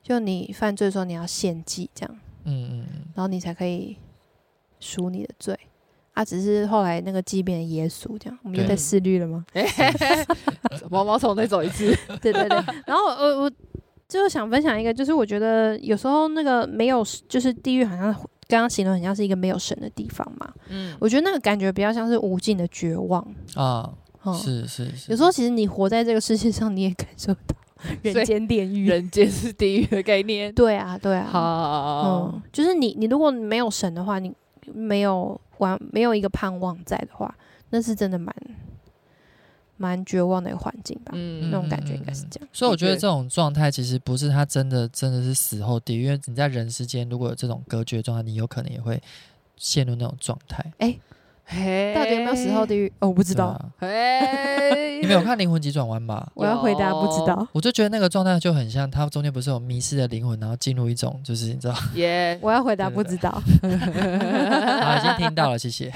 Speaker 1: 就你犯罪的时候你要献祭这样，
Speaker 3: 嗯嗯嗯
Speaker 1: 然后你才可以赎你的罪。啊，只是后来那个祭变成耶稣这样，我们又
Speaker 3: 对
Speaker 1: 在思虑了吗？
Speaker 2: *laughs* 毛毛虫再走一次，
Speaker 1: *laughs* 对对对。 *laughs* 然后我我就想分享一个，就是我觉得有时候那个没有，就是地狱好像刚刚形容很像是一个没有神的地方嘛。
Speaker 2: 嗯，
Speaker 1: 我觉得那个感觉比较像是无尽的绝望。
Speaker 3: 啊，
Speaker 1: 嗯，
Speaker 3: 是是是，
Speaker 2: *laughs*
Speaker 1: 有时候其实你活在这个世界上，你也感受到人间炼狱。
Speaker 2: 人间是地狱的概念。
Speaker 1: 对啊，对啊。
Speaker 2: 好，好，好好
Speaker 1: 嗯，就是你，你如果没有神的话，你没有完，没有一个盼望在的话，那是真的蛮蛮绝望的一个环境吧。
Speaker 2: 嗯
Speaker 1: 那种感觉应该是这样。
Speaker 3: 所以我觉得
Speaker 2: 我觉得
Speaker 3: 这种状态其实不是他真的真的是死后地狱，因为你在人世间如果有这种隔绝状态，你有可能也会陷入那种状态。
Speaker 2: 嘿
Speaker 1: 到底有没有死后地狱？哦，我不知
Speaker 3: 对
Speaker 1: 道，
Speaker 3: 啊，
Speaker 2: 嘿，
Speaker 3: 你没有看《灵魂急转弯》吧？
Speaker 1: 我要回答不知道。
Speaker 3: 我就觉得那个状态就很像，他中间不是有迷失的灵魂，然后进入一种就是你知
Speaker 1: *laughs*
Speaker 3: 道，
Speaker 2: 耶
Speaker 1: 我要回答不知道。
Speaker 3: 好，已经听到了，谢谢。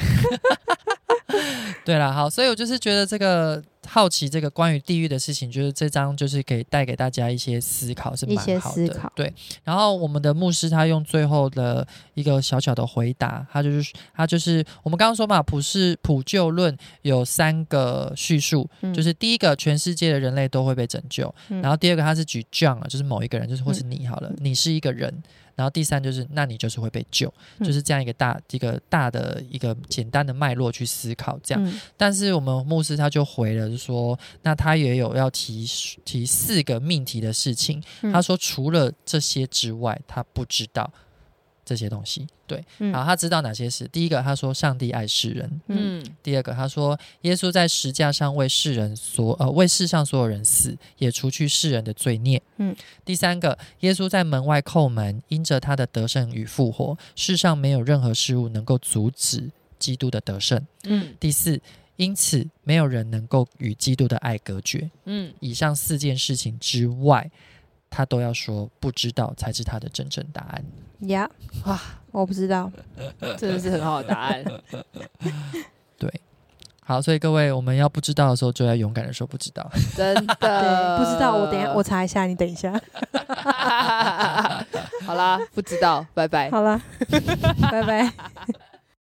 Speaker 3: 对啦，好，所以我就是觉得这个好奇，这个关于地狱的事情，就是这章就是可以带给大家一些思考，是蛮
Speaker 1: 一些
Speaker 3: 好
Speaker 1: 思
Speaker 3: 的。
Speaker 1: 考
Speaker 3: 对，然后我们的牧师他用最后的一个小小的回答，他就是他就是我们刚刚说嘛，普世普救论有三个叙述，
Speaker 1: 嗯
Speaker 3: 就是第一个，全世界的人类都会被拯救，
Speaker 1: 嗯
Speaker 3: 然后第二个他是举 John 啊，就是某一个人，就是或是你好了，你是一个人。然后第三就是，那你就是会被救，
Speaker 1: 嗯
Speaker 3: 就是这样一个大一个大的一个简单的脉络去思考这样。
Speaker 1: 嗯
Speaker 3: 但是我们牧师他就回了，就说那他也有要提提四个命题的事情，
Speaker 1: 嗯
Speaker 3: 他说除了这些之外，他不知道这些东西。对，
Speaker 1: 嗯
Speaker 3: 好，他知道哪些是？第一个，他说上帝爱世人；
Speaker 1: 嗯
Speaker 2: 嗯
Speaker 3: 第二个，他说耶稣在十架上为世人所呃为世上所有人死，也除去世人的罪孽。
Speaker 1: 嗯，
Speaker 3: 第三个，耶稣在门外叩门，因着他的得胜与复活，世上没有任何事物能够阻止基督的得胜。
Speaker 2: 嗯
Speaker 3: 第四，因此没有人能够与基督的爱隔绝。
Speaker 2: 嗯
Speaker 3: 以上四件事情之外，他都要说不知道才是他的真正答案。
Speaker 1: 呀，
Speaker 2: *laughs* 哇，
Speaker 1: 我不知道。
Speaker 2: 真的是很好的答案。
Speaker 3: 好，所以各位，我们要不知道的时候，就要勇敢的说不知道。
Speaker 2: 真的呃 *laughs*
Speaker 1: 对，不知道。我等一下我查一下，你等一下。
Speaker 2: 好啦，不知道，拜拜。 *laughs*
Speaker 1: 好了，拜拜。